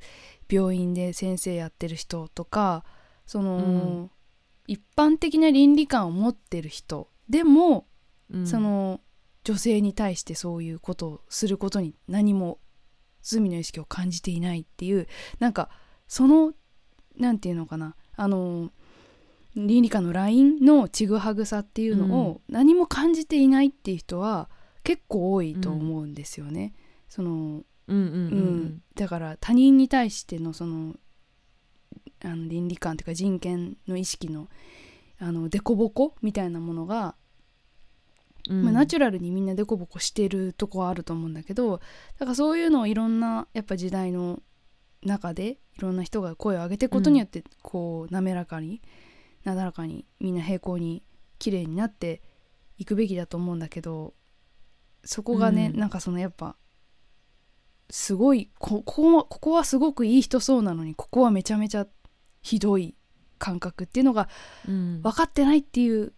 [SPEAKER 3] 病院で先生やってる人とかその、
[SPEAKER 2] うん
[SPEAKER 3] 一般的な倫理観を持ってる人でも
[SPEAKER 2] うん
[SPEAKER 3] その女性に対してそういうことをすることに何も罪の意識を感じていないっていうなんかそのなんていうのかなあの倫理観のラインのちぐはぐさっていうのを何も感じていないっていう人は結構多いと思うんですよね。その
[SPEAKER 2] うんうん
[SPEAKER 3] う
[SPEAKER 2] うんんうん
[SPEAKER 3] だから他人に対してのそのあの倫理観というか人権の意識のあの凸凹みたいなものが
[SPEAKER 2] うん
[SPEAKER 3] まあ、ナチュラルにみんなデコボコしてるとこはあると思うんだけどだからそういうのをいろんなやっぱ時代の中でいろんな人が声を上げていくことによって、こう滑らかになだらかにみんな平行に綺麗になっていくべきだと思うんだけどそこがね、
[SPEAKER 2] うん
[SPEAKER 3] なんかそのやっぱすごいこここはここはすごくいい人そうなのにここはめちゃめちゃひどい感覚っていうのが
[SPEAKER 2] うん
[SPEAKER 3] 分かってないっていう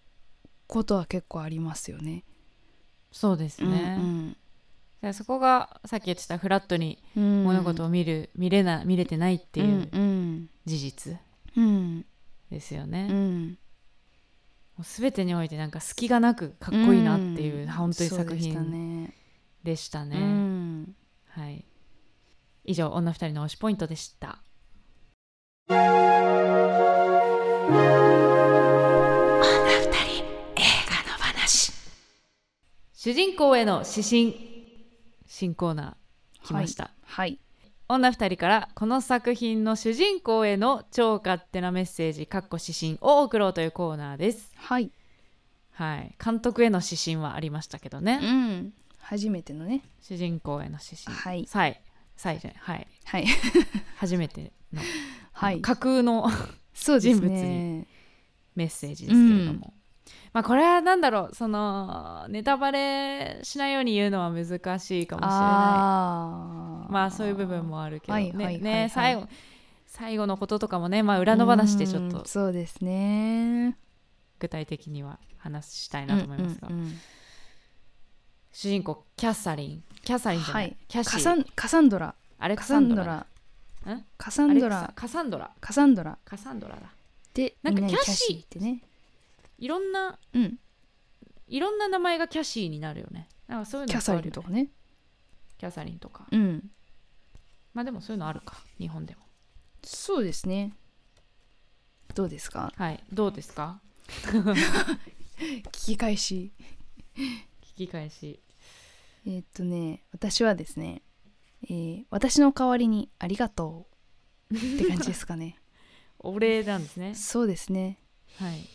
[SPEAKER 3] ことは結構ありますよね。
[SPEAKER 2] そうですね、
[SPEAKER 3] うん
[SPEAKER 2] でそこがさっき言ってたフラットに
[SPEAKER 3] うん
[SPEAKER 2] 物事を見る、見れな見れてないっていう
[SPEAKER 3] うん
[SPEAKER 2] 事実
[SPEAKER 3] うん
[SPEAKER 2] ですよ
[SPEAKER 3] う
[SPEAKER 2] ね、
[SPEAKER 3] んうん
[SPEAKER 2] もう全てにおいてなんか隙がなくかっこいいなっていう、
[SPEAKER 3] ん
[SPEAKER 2] 本当に
[SPEAKER 3] そう
[SPEAKER 2] 作
[SPEAKER 3] でした
[SPEAKER 2] 品
[SPEAKER 3] ね
[SPEAKER 2] でしたね
[SPEAKER 3] うん
[SPEAKER 2] はい以上女二人の推しポイントでした主人公への指針新コーナー来ました、
[SPEAKER 3] はい
[SPEAKER 2] 女二人からこの作品の主人公への超勝手なメッセージかっこ指針を送ろうというコーナーです
[SPEAKER 3] はい
[SPEAKER 2] はい監督への指針はありましたけどね、
[SPEAKER 3] うん初めてのね
[SPEAKER 2] 主人公への指針
[SPEAKER 3] はい
[SPEAKER 2] サイサイじゃないはい
[SPEAKER 3] はい
[SPEAKER 2] 初めての
[SPEAKER 3] はい
[SPEAKER 2] 架空の
[SPEAKER 3] そうです
[SPEAKER 2] 人物
[SPEAKER 3] ね
[SPEAKER 2] メッセージですけれども、まあこれは何だろうそのネタバレしないように言うのは難しいかもしれな
[SPEAKER 3] あ
[SPEAKER 2] いまあそういう部分もあるけど、
[SPEAKER 3] はいはいはいは
[SPEAKER 2] ね
[SPEAKER 3] い
[SPEAKER 2] ね最後最後のこととかもね、まあ、裏の話でちょっ
[SPEAKER 3] う
[SPEAKER 2] と
[SPEAKER 3] んそうですね
[SPEAKER 2] 具体的には話したいなと思いますが、
[SPEAKER 3] うんうんうん
[SPEAKER 2] 主人公キャサリンキャサリンじゃない、
[SPEAKER 3] はい
[SPEAKER 2] キャシ
[SPEAKER 3] カ
[SPEAKER 2] ー
[SPEAKER 3] サンカサンドラ
[SPEAKER 2] アレ
[SPEAKER 3] カ
[SPEAKER 2] ク
[SPEAKER 3] サ
[SPEAKER 2] サ
[SPEAKER 3] ン
[SPEAKER 2] ン
[SPEAKER 3] ド
[SPEAKER 2] ドラ
[SPEAKER 3] ラ
[SPEAKER 2] ん
[SPEAKER 3] カサ
[SPEAKER 2] ア
[SPEAKER 3] ン
[SPEAKER 2] レ
[SPEAKER 3] ド
[SPEAKER 2] ク
[SPEAKER 3] ラ
[SPEAKER 2] サカサンドラ
[SPEAKER 3] カサンドラ
[SPEAKER 2] カサンドラだ
[SPEAKER 3] で
[SPEAKER 2] なんか
[SPEAKER 3] み
[SPEAKER 2] キャシー
[SPEAKER 3] ってね
[SPEAKER 2] いろんな
[SPEAKER 3] うん
[SPEAKER 2] いろんな名前がキャシーになるよねなんかそういう
[SPEAKER 3] キ
[SPEAKER 2] の
[SPEAKER 3] ャ
[SPEAKER 2] 変
[SPEAKER 3] サ
[SPEAKER 2] わる
[SPEAKER 3] リン
[SPEAKER 2] よね
[SPEAKER 3] とかね
[SPEAKER 2] キャサリンとか
[SPEAKER 3] うん
[SPEAKER 2] まあでもそういうのあるか日本でも
[SPEAKER 3] そうですねどうですか
[SPEAKER 2] はいどうですか
[SPEAKER 3] 聞き返し
[SPEAKER 2] 聞き返し
[SPEAKER 3] えーっとね私はですね、えー私の代わりにありがとう」って感じですか ね
[SPEAKER 2] お礼なんですね
[SPEAKER 3] そうですね
[SPEAKER 2] はい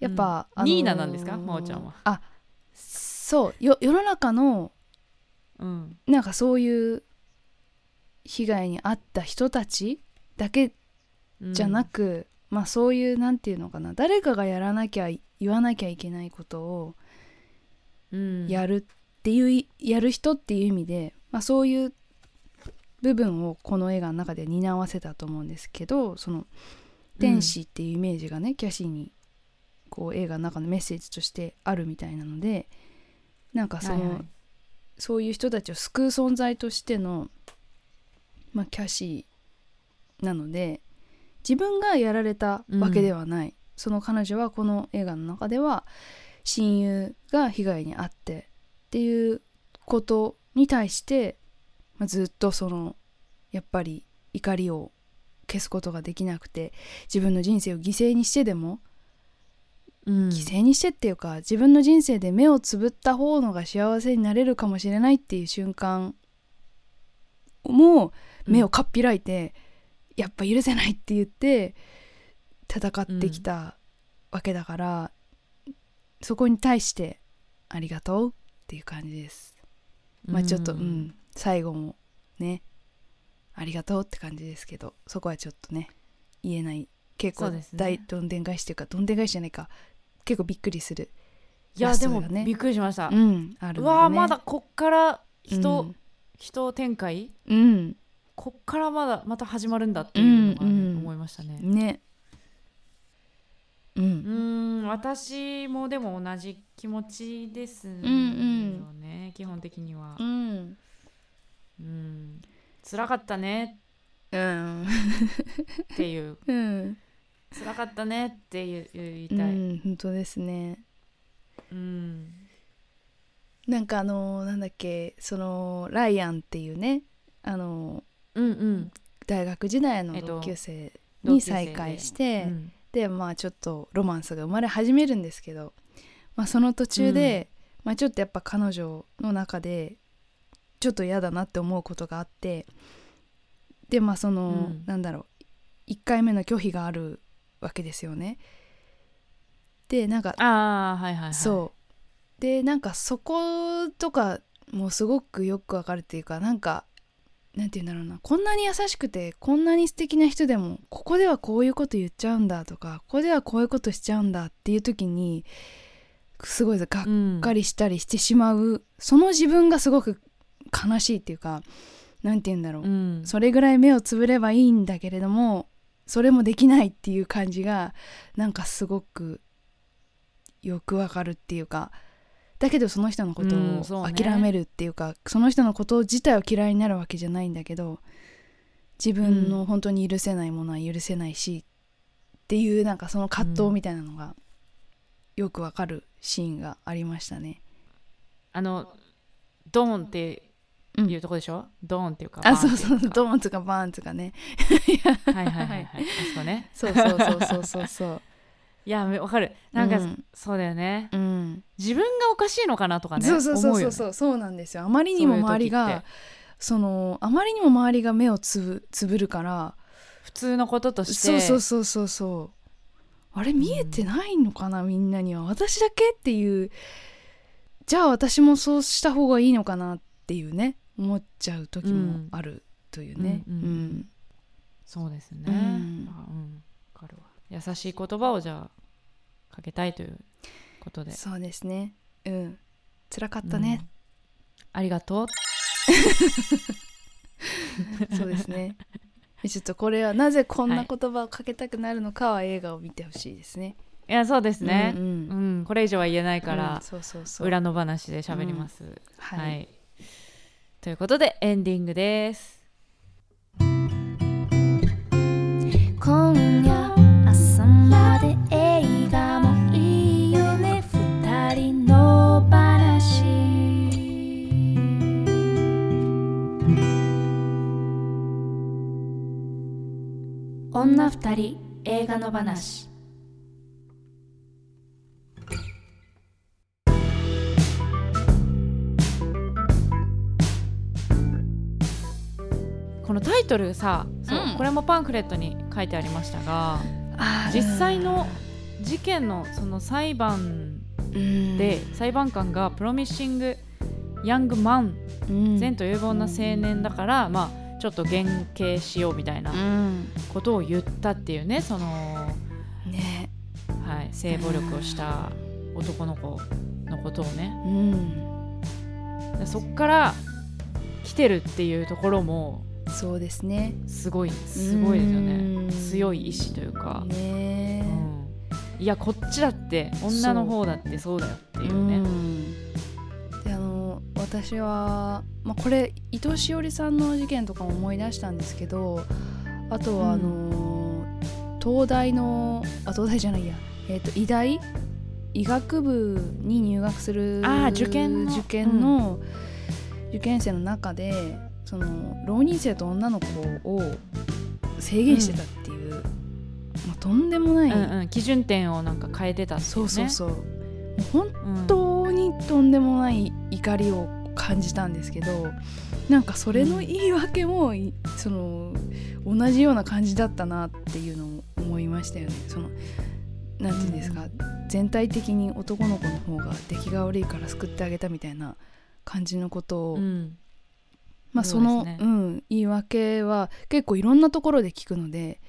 [SPEAKER 3] やっぱ、
[SPEAKER 2] うんニーナなんですか真央ちゃんは
[SPEAKER 3] あそうよ世の中の
[SPEAKER 2] うん
[SPEAKER 3] なんかそういう被害に遭った人たちだけ
[SPEAKER 2] うん
[SPEAKER 3] じゃなく、まあそういうなんていうのかな誰かがやらなきゃい言わなきゃいけないことを
[SPEAKER 2] うん
[SPEAKER 3] やるっていう、やる人っていう意味で、まあ、そういう部分をこの映画の中で担わせたと思うんですけどその天使っていうイメージがね、キャシーにこう映画の中のメッセージとしてあるみたいなのでなんかその、
[SPEAKER 2] はいはい
[SPEAKER 3] そういう人たちを救う存在としての、まあ、キャシーなので自分がやられたわけではない、その彼女はこの映画の中では親友が被害に遭ってっていうことに対して、まあ、ずっとそのやっぱり怒りを消すことができなくて自分の人生を犠牲にしてでも
[SPEAKER 2] うん
[SPEAKER 3] 犠牲にしてっていうか自分の人生で目をつぶった方のが幸せになれるかもしれないっていう瞬間も目をかっぴらいて、やっぱ許せないって言って戦ってきたわけだから、そこに対して「ありがとう」っていう感じです。まあちょっと、うん最後もね「ありがとう」って感じですけどそこはちょっとね言えない結
[SPEAKER 2] そ
[SPEAKER 3] 構
[SPEAKER 2] うですね
[SPEAKER 3] 大、どんでん返しというかどんでん返しじゃないか結構びっくりする
[SPEAKER 2] いや
[SPEAKER 3] ラス
[SPEAKER 2] で
[SPEAKER 3] ト
[SPEAKER 2] も
[SPEAKER 3] がね
[SPEAKER 2] びっくりしました
[SPEAKER 3] うんあるので、ね、
[SPEAKER 2] うわーまだこっから
[SPEAKER 3] う
[SPEAKER 2] 人
[SPEAKER 3] ん
[SPEAKER 2] 人展開
[SPEAKER 3] うん、
[SPEAKER 2] こっからまだまた始まるんだっていうのが
[SPEAKER 3] う
[SPEAKER 2] ね、
[SPEAKER 3] んうん
[SPEAKER 2] 思いましたね。
[SPEAKER 3] ねう
[SPEAKER 2] うんーん私もでも同じ気持ちですよね、基本的には
[SPEAKER 3] う。ん
[SPEAKER 2] うん辛かったね
[SPEAKER 3] うん
[SPEAKER 2] っていう
[SPEAKER 3] うん
[SPEAKER 2] 辛かったねっていう言いうたい。
[SPEAKER 3] ん本当ですね
[SPEAKER 2] うん
[SPEAKER 3] なんかあのーなんだっけそのライアンっていうねあのー
[SPEAKER 2] うんうん
[SPEAKER 3] 大学時代の
[SPEAKER 2] えっと
[SPEAKER 3] 同級生
[SPEAKER 2] 同級
[SPEAKER 3] に
[SPEAKER 2] 生で
[SPEAKER 3] 再会して、
[SPEAKER 2] うん
[SPEAKER 3] でまあちょっとロマンスが生まれ始めるんですけど、まあ、その途中で、まあ、ちょっとやっぱ彼女の中でちょっと嫌だなって思うことがあってでまあその、
[SPEAKER 2] うん
[SPEAKER 3] なんだろう1回目の拒否があるわけですよね。でなんか
[SPEAKER 2] ああはいはいはい。
[SPEAKER 3] そうでなんかそことかもすごくよくわかるっていうかなんかなんて言うんだろうなこんなに優しくてこんなに素敵な人でもここではこういうこと言っちゃうんだとかここではこういうことしちゃうんだっていう時にすごいがっ
[SPEAKER 2] うん
[SPEAKER 3] がっかりしたりしてしまう、その自分がすごく悲しいっていうかなんて言うんだろう、
[SPEAKER 2] うん
[SPEAKER 3] それぐらい目をつぶればいいんだけれどもそれもできないっていう感じがなんかすごくよくわかるっていうかだけどその人のこと
[SPEAKER 2] うんそう
[SPEAKER 3] を
[SPEAKER 2] ね
[SPEAKER 3] 諦めるっていうか、その人のこと自体を嫌いになるわけじゃないんだけど自分
[SPEAKER 2] う
[SPEAKER 3] の
[SPEAKER 2] ん
[SPEAKER 3] 本当に許せないものは許せないしっていうなんかその葛藤みたいなのがよくわかるシーンがありましたね。
[SPEAKER 2] あのドーンって
[SPEAKER 3] うん
[SPEAKER 2] いうとこでしょ、ドーンっていうか
[SPEAKER 3] あそうそう
[SPEAKER 2] バーンってい
[SPEAKER 3] ドーンとかバーンとかね
[SPEAKER 2] うかはいはいはいはいあそこね
[SPEAKER 3] そうそうそうそうそうそう
[SPEAKER 2] いやわかるなん か、
[SPEAKER 3] うん
[SPEAKER 2] そうだよね
[SPEAKER 3] うん
[SPEAKER 2] 自分がおかしいのかなとかね
[SPEAKER 3] そうそうそうそ
[SPEAKER 2] 思
[SPEAKER 3] う
[SPEAKER 2] よ
[SPEAKER 3] う
[SPEAKER 2] ね
[SPEAKER 3] そうそうなんですよあまりにも周り
[SPEAKER 2] そういう時っ
[SPEAKER 3] が
[SPEAKER 2] て
[SPEAKER 3] そのあまりにも周りが目をつぶつぶるから
[SPEAKER 2] 普通のこととして
[SPEAKER 3] そうそうそうそうそうあれ見えてないのかな、みんなには私だけっていうじゃあ私もそうした方がいいのかなっていうね思っちゃう時もあるというね
[SPEAKER 2] うんうんそうですね、
[SPEAKER 3] う
[SPEAKER 2] うんんうん、わかるわ優しい言葉をじゃあかけたいということ
[SPEAKER 3] う
[SPEAKER 2] で
[SPEAKER 3] んそうですねうん辛かったね、
[SPEAKER 2] うんありがとう
[SPEAKER 3] そうですねちょっとこれはなぜこんな言葉をかけたくなるのかは映画を見てほしいですね
[SPEAKER 2] いやそうですね
[SPEAKER 3] う、ん
[SPEAKER 2] うん
[SPEAKER 3] うん
[SPEAKER 2] これ以上は言えないか
[SPEAKER 3] うん
[SPEAKER 2] ら、
[SPEAKER 3] そうそうそう
[SPEAKER 2] 裏の話で喋ります、は、
[SPEAKER 3] はいい、
[SPEAKER 2] ということでエンディングです
[SPEAKER 1] 今夜朝まで映画もいいよね二人の話女二人映画の話
[SPEAKER 2] このタイトルさそう、
[SPEAKER 3] うん
[SPEAKER 2] これもパンフレットに書いてありましたが
[SPEAKER 3] あー
[SPEAKER 2] 実際の事件のその裁判
[SPEAKER 3] うん
[SPEAKER 2] で、裁判官がプロミッシング・ヤング・マン
[SPEAKER 3] うん
[SPEAKER 2] 前途有望な青年だから、まあちょっと減刑しようみたいな
[SPEAKER 3] うん
[SPEAKER 2] ことを言ったっていうねその、は
[SPEAKER 3] ね
[SPEAKER 2] い、性暴力をした男の子のことをね
[SPEAKER 3] うん
[SPEAKER 2] でそっから来てるっていうところも
[SPEAKER 3] そうですね
[SPEAKER 2] すごいすごいですよ
[SPEAKER 3] うん
[SPEAKER 2] ね強い意志というか、
[SPEAKER 3] ね
[SPEAKER 2] うんいやこっちだって女の方だってそうだよって
[SPEAKER 3] え
[SPEAKER 2] いうね。
[SPEAKER 3] うんであの私は、まあ、これ伊藤詩織さんの事件とかも思い出したんですけどあとはあの、東大のあ東大じゃないや、えっと医大医学部に入学する
[SPEAKER 2] あー受験の
[SPEAKER 3] 受験の受験生の中でその浪人生と女の子を制限してたっていう、まあ、とんでもない、
[SPEAKER 2] うんうん、基準点をなんか変えてたっていね
[SPEAKER 3] そうそうそう、もう本
[SPEAKER 2] うん
[SPEAKER 3] 本当にとんでもない怒りを感じたんですけどなんかそれの言い訳もいその同じような感じだったなっていうのを思いましたよね。そのなんていうんですか、全体的に男の子の方が出来が悪いから救ってあげたみたいな感じのことを、
[SPEAKER 2] うん
[SPEAKER 3] まあ、そ
[SPEAKER 2] そう
[SPEAKER 3] の
[SPEAKER 2] ですね
[SPEAKER 3] うん、言い訳は結構いろんなところで聞くので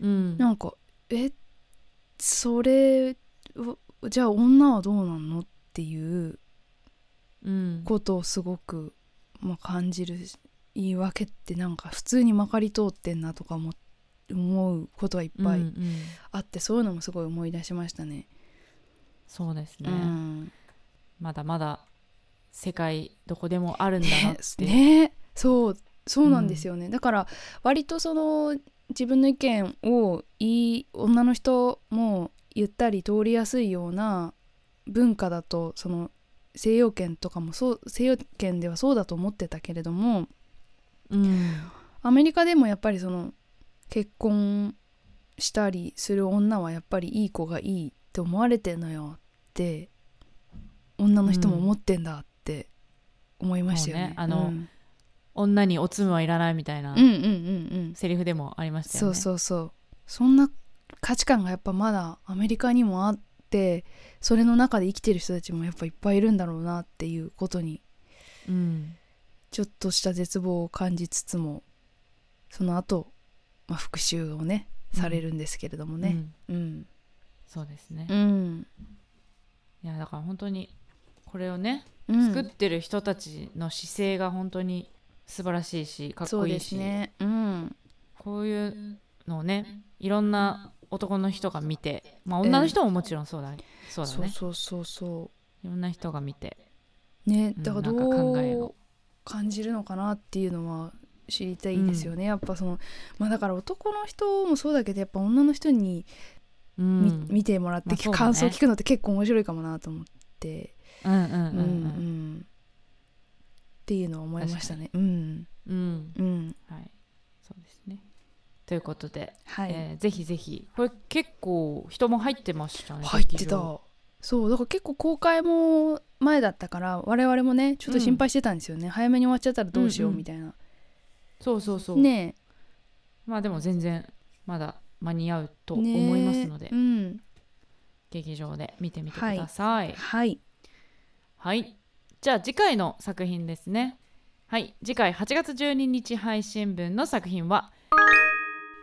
[SPEAKER 2] うん
[SPEAKER 3] なんかえそれはじゃあ女はどうなんのっていう
[SPEAKER 2] うん
[SPEAKER 3] ことをすごく、まあ、感じるし言い訳ってなんか普通にまかり通ってんなとかも思うことはいっぱ
[SPEAKER 2] うんう
[SPEAKER 3] い
[SPEAKER 2] ん
[SPEAKER 3] あって、そういうのもすごい思い出しましたね。
[SPEAKER 2] そうですね、
[SPEAKER 3] うん、
[SPEAKER 2] まだまだ世界どこでもあるんだなっ
[SPEAKER 3] ね
[SPEAKER 2] て、
[SPEAKER 3] ねそうそうなんですよね、だから割とその自分の意見をいい女の人も言ったり通りやすいような文化だとその西洋圏とかもそう西洋圏ではそうだと思ってたけれども、
[SPEAKER 2] うん
[SPEAKER 3] アメリカでもやっぱりその結婚したりする女はやっぱりいい子がいいって思われてんのよって女の人も思ってんだって思いましたよね。
[SPEAKER 2] うんそうねあの
[SPEAKER 3] うん
[SPEAKER 2] 女におつむはいらないみたいな
[SPEAKER 3] うんうんうんうん、
[SPEAKER 2] セリフでもありましたよ
[SPEAKER 3] そ
[SPEAKER 2] ね。
[SPEAKER 3] うそうそうそんな価値観がやっぱまだアメリカにもあってそれの中で生きてる人たちもやっぱいっぱいいるんだろうなっていうことに
[SPEAKER 2] うん
[SPEAKER 3] ちょっとした絶望を感じつつもその後、まあ復讐をね
[SPEAKER 2] うん
[SPEAKER 3] されるんですけれども
[SPEAKER 2] う
[SPEAKER 3] ね。
[SPEAKER 2] ん
[SPEAKER 3] うん、
[SPEAKER 2] そうですね、
[SPEAKER 3] うん
[SPEAKER 2] いやだから本当にこれをね、
[SPEAKER 3] うん
[SPEAKER 2] 作ってる人たちの姿勢が本当に素晴らしいしかっ
[SPEAKER 3] そ
[SPEAKER 2] こ
[SPEAKER 3] う
[SPEAKER 2] い
[SPEAKER 3] で
[SPEAKER 2] い
[SPEAKER 3] す
[SPEAKER 2] し、
[SPEAKER 3] ね。うん、
[SPEAKER 2] こういうのをねいろんな男の人が見て、まあ、女の人ももちろんそうだ,、そうだね
[SPEAKER 3] そうそうそうそ
[SPEAKER 2] いろんな人が見て、
[SPEAKER 3] う。ね
[SPEAKER 2] うん
[SPEAKER 3] だから
[SPEAKER 2] なんか
[SPEAKER 3] ど
[SPEAKER 2] 考え
[SPEAKER 3] う
[SPEAKER 2] を
[SPEAKER 3] 感じるのかなっていうのは知りたいですよね。やっぱそのまあだから男の人もそうだけどやっぱ女の人に
[SPEAKER 2] うん、
[SPEAKER 3] み、見てもらって、
[SPEAKER 2] まあそうだね
[SPEAKER 3] 感想聞くのって結構面白いかもなと思って。
[SPEAKER 2] うんうんうん
[SPEAKER 3] うんうんっていうのは思いましたね。うん
[SPEAKER 2] うん、うん
[SPEAKER 3] うん
[SPEAKER 2] はい、そうですね。ということで、
[SPEAKER 3] はい。
[SPEAKER 2] えーぜひぜひ、これ結構人も入ってましたね。
[SPEAKER 3] 入って
[SPEAKER 2] 劇
[SPEAKER 3] た
[SPEAKER 2] 場
[SPEAKER 3] そうだから結構公開も前だったから我々もねちょっと心配してたんですよね、早めに終わっちゃったらどうしようみたいな、
[SPEAKER 2] そうそうそう。
[SPEAKER 3] ね
[SPEAKER 2] まあでも全然まだ間に合うと
[SPEAKER 3] え
[SPEAKER 2] 思いますの
[SPEAKER 3] ね
[SPEAKER 2] で、
[SPEAKER 3] えうん
[SPEAKER 2] 劇場で見てみてください。はい、
[SPEAKER 3] はい
[SPEAKER 2] じゃあ次回の作品ですね。はい、次回8月12日配信分の作品は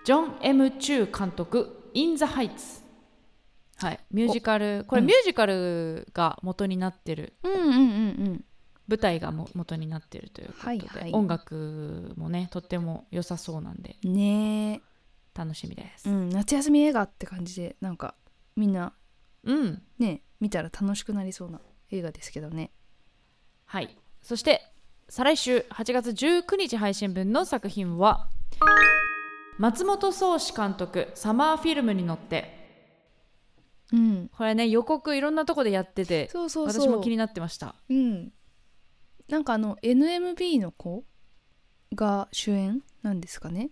[SPEAKER 2] ジョン・ M ・チュー監督「イン・ザ・ハイツ」はいミュージカルこれ
[SPEAKER 3] うん
[SPEAKER 2] ミュージカルが元になってる
[SPEAKER 3] うんうんうん
[SPEAKER 2] 舞台がも元になってるということで、
[SPEAKER 3] はいはい
[SPEAKER 2] 音楽もねとっても良さそうなんで
[SPEAKER 3] うんね
[SPEAKER 2] 楽しみです、
[SPEAKER 3] え、うん、夏休み映画って感じでなんかみんな
[SPEAKER 2] うん
[SPEAKER 3] ね見たら楽しくなりそうな映画ですけどね
[SPEAKER 2] はいそして再来週8月19日配信分の作品は松本壮志監督「サマーフィルムに乗って
[SPEAKER 3] うん」
[SPEAKER 2] これね予告いろんなとこでやってて
[SPEAKER 3] そうそうそう
[SPEAKER 2] 私も気になってました
[SPEAKER 3] うんなんかあの NMB の子が主演なんですかね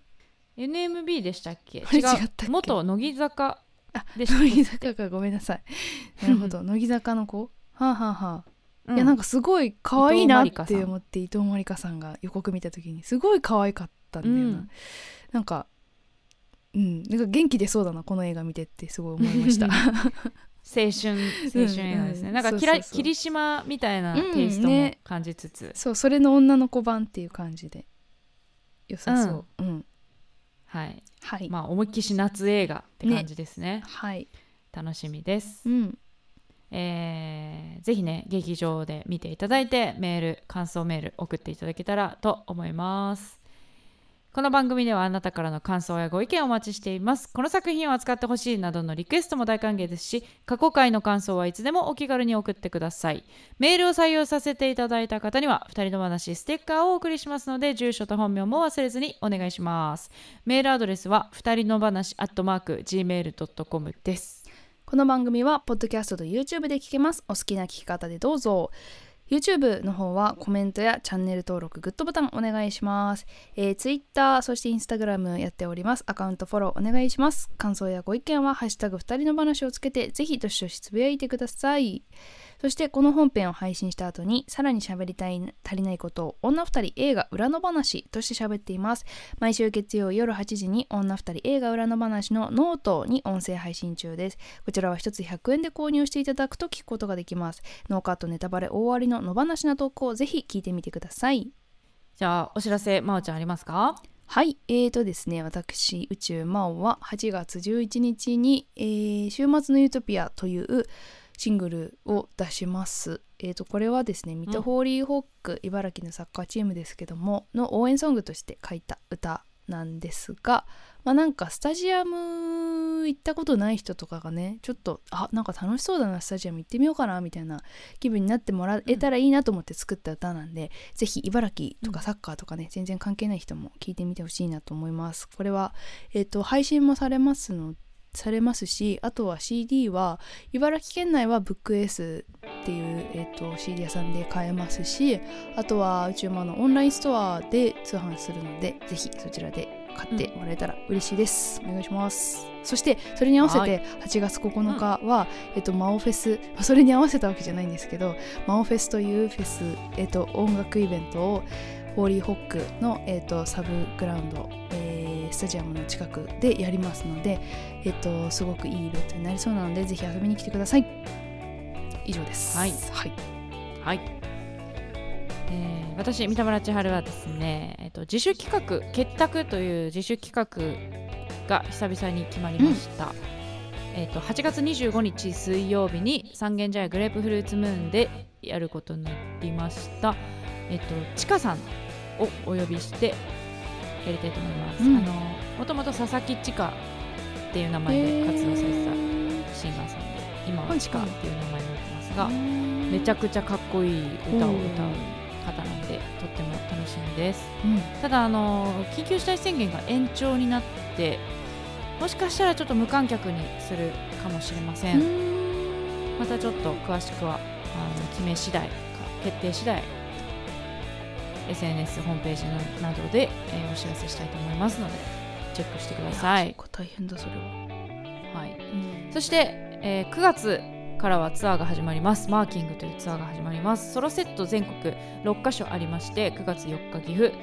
[SPEAKER 2] NMB でしたっけ違う
[SPEAKER 3] あれ違ったっけ
[SPEAKER 2] 元乃木坂
[SPEAKER 3] あ
[SPEAKER 2] でし た
[SPEAKER 3] 乃木坂かごめんなさ いなるほど乃木坂の子はあ、はあはあ
[SPEAKER 2] う
[SPEAKER 3] いやなん
[SPEAKER 2] か
[SPEAKER 3] かすごい可愛いなっ
[SPEAKER 2] 伊藤まりかさん
[SPEAKER 3] て思って伊藤まりかさんが予告見た時にすごい可愛かったんだよな、
[SPEAKER 2] うん
[SPEAKER 3] なんかうんなんか元気出そうだなこの映画見てってすごい思いました
[SPEAKER 2] 青春青春映画ですね、
[SPEAKER 3] うん
[SPEAKER 2] なんか
[SPEAKER 3] そう
[SPEAKER 2] き
[SPEAKER 3] そうそう
[SPEAKER 2] ら霧島みたいな
[SPEAKER 3] うん
[SPEAKER 2] テイストも
[SPEAKER 3] ね
[SPEAKER 2] 感じつつ、
[SPEAKER 3] そうそれの女の子版っていう感じで良さそううん、
[SPEAKER 2] はい
[SPEAKER 3] はい、
[SPEAKER 2] まあ思いっきし夏映画って感じですね
[SPEAKER 3] はい
[SPEAKER 2] 楽しみです
[SPEAKER 3] うん
[SPEAKER 2] えーぜひね劇場で見ていただいてメール感想メール送っていただけたらと思いますこの番組ではあなたからの感想やご意見をお待ちしていますこの作品を扱ってほしいなどのリクエストも大歓迎ですし過去回の感想はいつでもお気軽に送ってくださいメールを採用させていただいた方には2人の話ステッカーをお送りしますので住所と本名も忘れずにお願いしますメールアドレスは2人の話 gmail.com です
[SPEAKER 3] この番組はポッドキャストと YouTube で聞けますお好きな聞き方でどうぞ YouTube の方はコメントやチャンネル登録グッドボタンお願いします、えー、Twitter そして Instagram やっておりますアカウントフォローお願いします感想やご意見は「ハッシュタグ二人の話」をつけてぜひどしどしつぶやいてくださいそしてこの本編を配信した後にさらに喋りたい足りないことを女二人映画裏の話として喋っています毎週月曜夜8時に女二人映画裏の話のノートに音声配信中ですこちらは1つ100円で購入していただくと聞くことができますノーカットネタバレ大ありの野放しな投稿をぜひ聞いてみてください
[SPEAKER 2] じゃあお知らせまおちゃんありますか
[SPEAKER 3] はいえーとですね私宇宙真央は8月11日に、えー週末のユートピア」というシングルを出しますえーとこれはですねミト・ホーリーホック茨城のサッカーチームですけどもの応援ソングとして書いた歌なんですがまあなんかスタジアム行ったことない人とかがねちょっとあなんか楽しそうだなスタジアム行ってみようかなみたいな気分になってもらえたらいいなと思って作った歌なんで、ぜひ茨城とかサッカーとかね、全然関係ない人も聞いてみてほしいなと思いますこれは、えっと配信もされますのされますしあとは CD は茨城県内はブックエースっていう、えっと CD 屋さんで買えますしあとは宇宙マのオンラインストアで通販するのでぜひそちらで買ってもらえたら嬉しいです、お願いしますそしてそれに合わせ
[SPEAKER 2] は
[SPEAKER 3] て8月9日は、えっとマオフェスまあそれに合わせたわけじゃないんですけどマオフェスというフェス、えっと音楽イベントをホーリーホックの、えっとサブグラウンド、えースタジアムの近くでやりますので、えっとすごくいいイベントになりそうなのでぜひ遊びに来てください以上です
[SPEAKER 2] はい
[SPEAKER 3] はい、
[SPEAKER 2] はい、えー私三田村千春はですね、えっと自主企画「結託」という自主企画が久々に決まりました、えっと8月25日水曜日に三軒茶屋グレープフルーツムーンでやることになりましたえっとちかさんをお呼びしてやりたいと思います、
[SPEAKER 3] うん
[SPEAKER 2] あのもともと佐々木ちかっていう名前で活動されてたシンガーさんで今はちかっていう名前になってますが、めちゃくちゃかっこいい歌を歌う方なんでとっても楽しみですただあの緊急事態宣言が延長になってもしかしたらちょっと無観客にするかもしれません、またちょっと詳しくはあの決め次第か決定次第 SNS ホームページなどで、えーお知らせしたいと思いますのでチェックしてください、
[SPEAKER 3] 大変だそれは、
[SPEAKER 2] はい、そして、えー9月からはツアーが始まりますマーキングというツアーが始まりますソロセット全国6カ所ありまして9月4日岐阜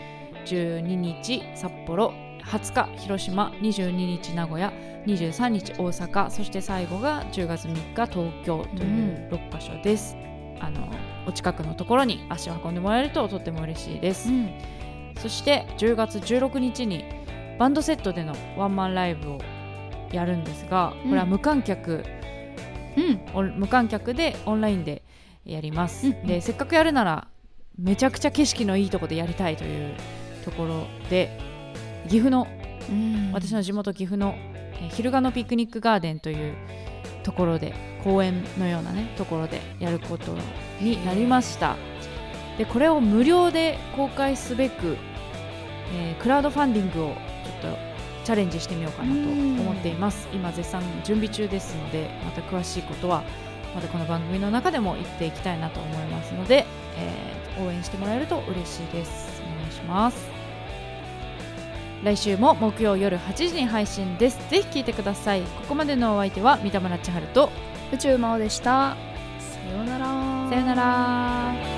[SPEAKER 2] 12日札幌20日広島22日名古屋23日大阪そして最後が10月3日東京という6カ所です、あのお近くのところに足を運んでもらえるととっても嬉しいです、そして10月16日にバンドセットでのワンマンライブをやるんですがこれは無観客、
[SPEAKER 3] うん
[SPEAKER 2] オン無観客でオンラインでやります、
[SPEAKER 3] うんうん
[SPEAKER 2] でせっかくやるならめちゃくちゃ景色のいいとこでやりたいというところで岐阜の
[SPEAKER 3] うん
[SPEAKER 2] 私の地元岐阜のえー昼賀のピクニックガーデンというところで公園のようなねところでやることになりましたでこれを無料で公開すべく、えークラウドファンディングをちょっとチャレンジしてみようかなと思っています今絶賛準備中ですのでまた詳しいことはまたこの番組の中でも言っていきたいなと思いますので、えー応援してもらえると嬉しいですお願いします来週も木曜夜8時に配信ですぜひ聞いてくださいここまでのお相手は三田村千春と
[SPEAKER 3] 宇宙魔王でしたさようなら
[SPEAKER 2] さよなら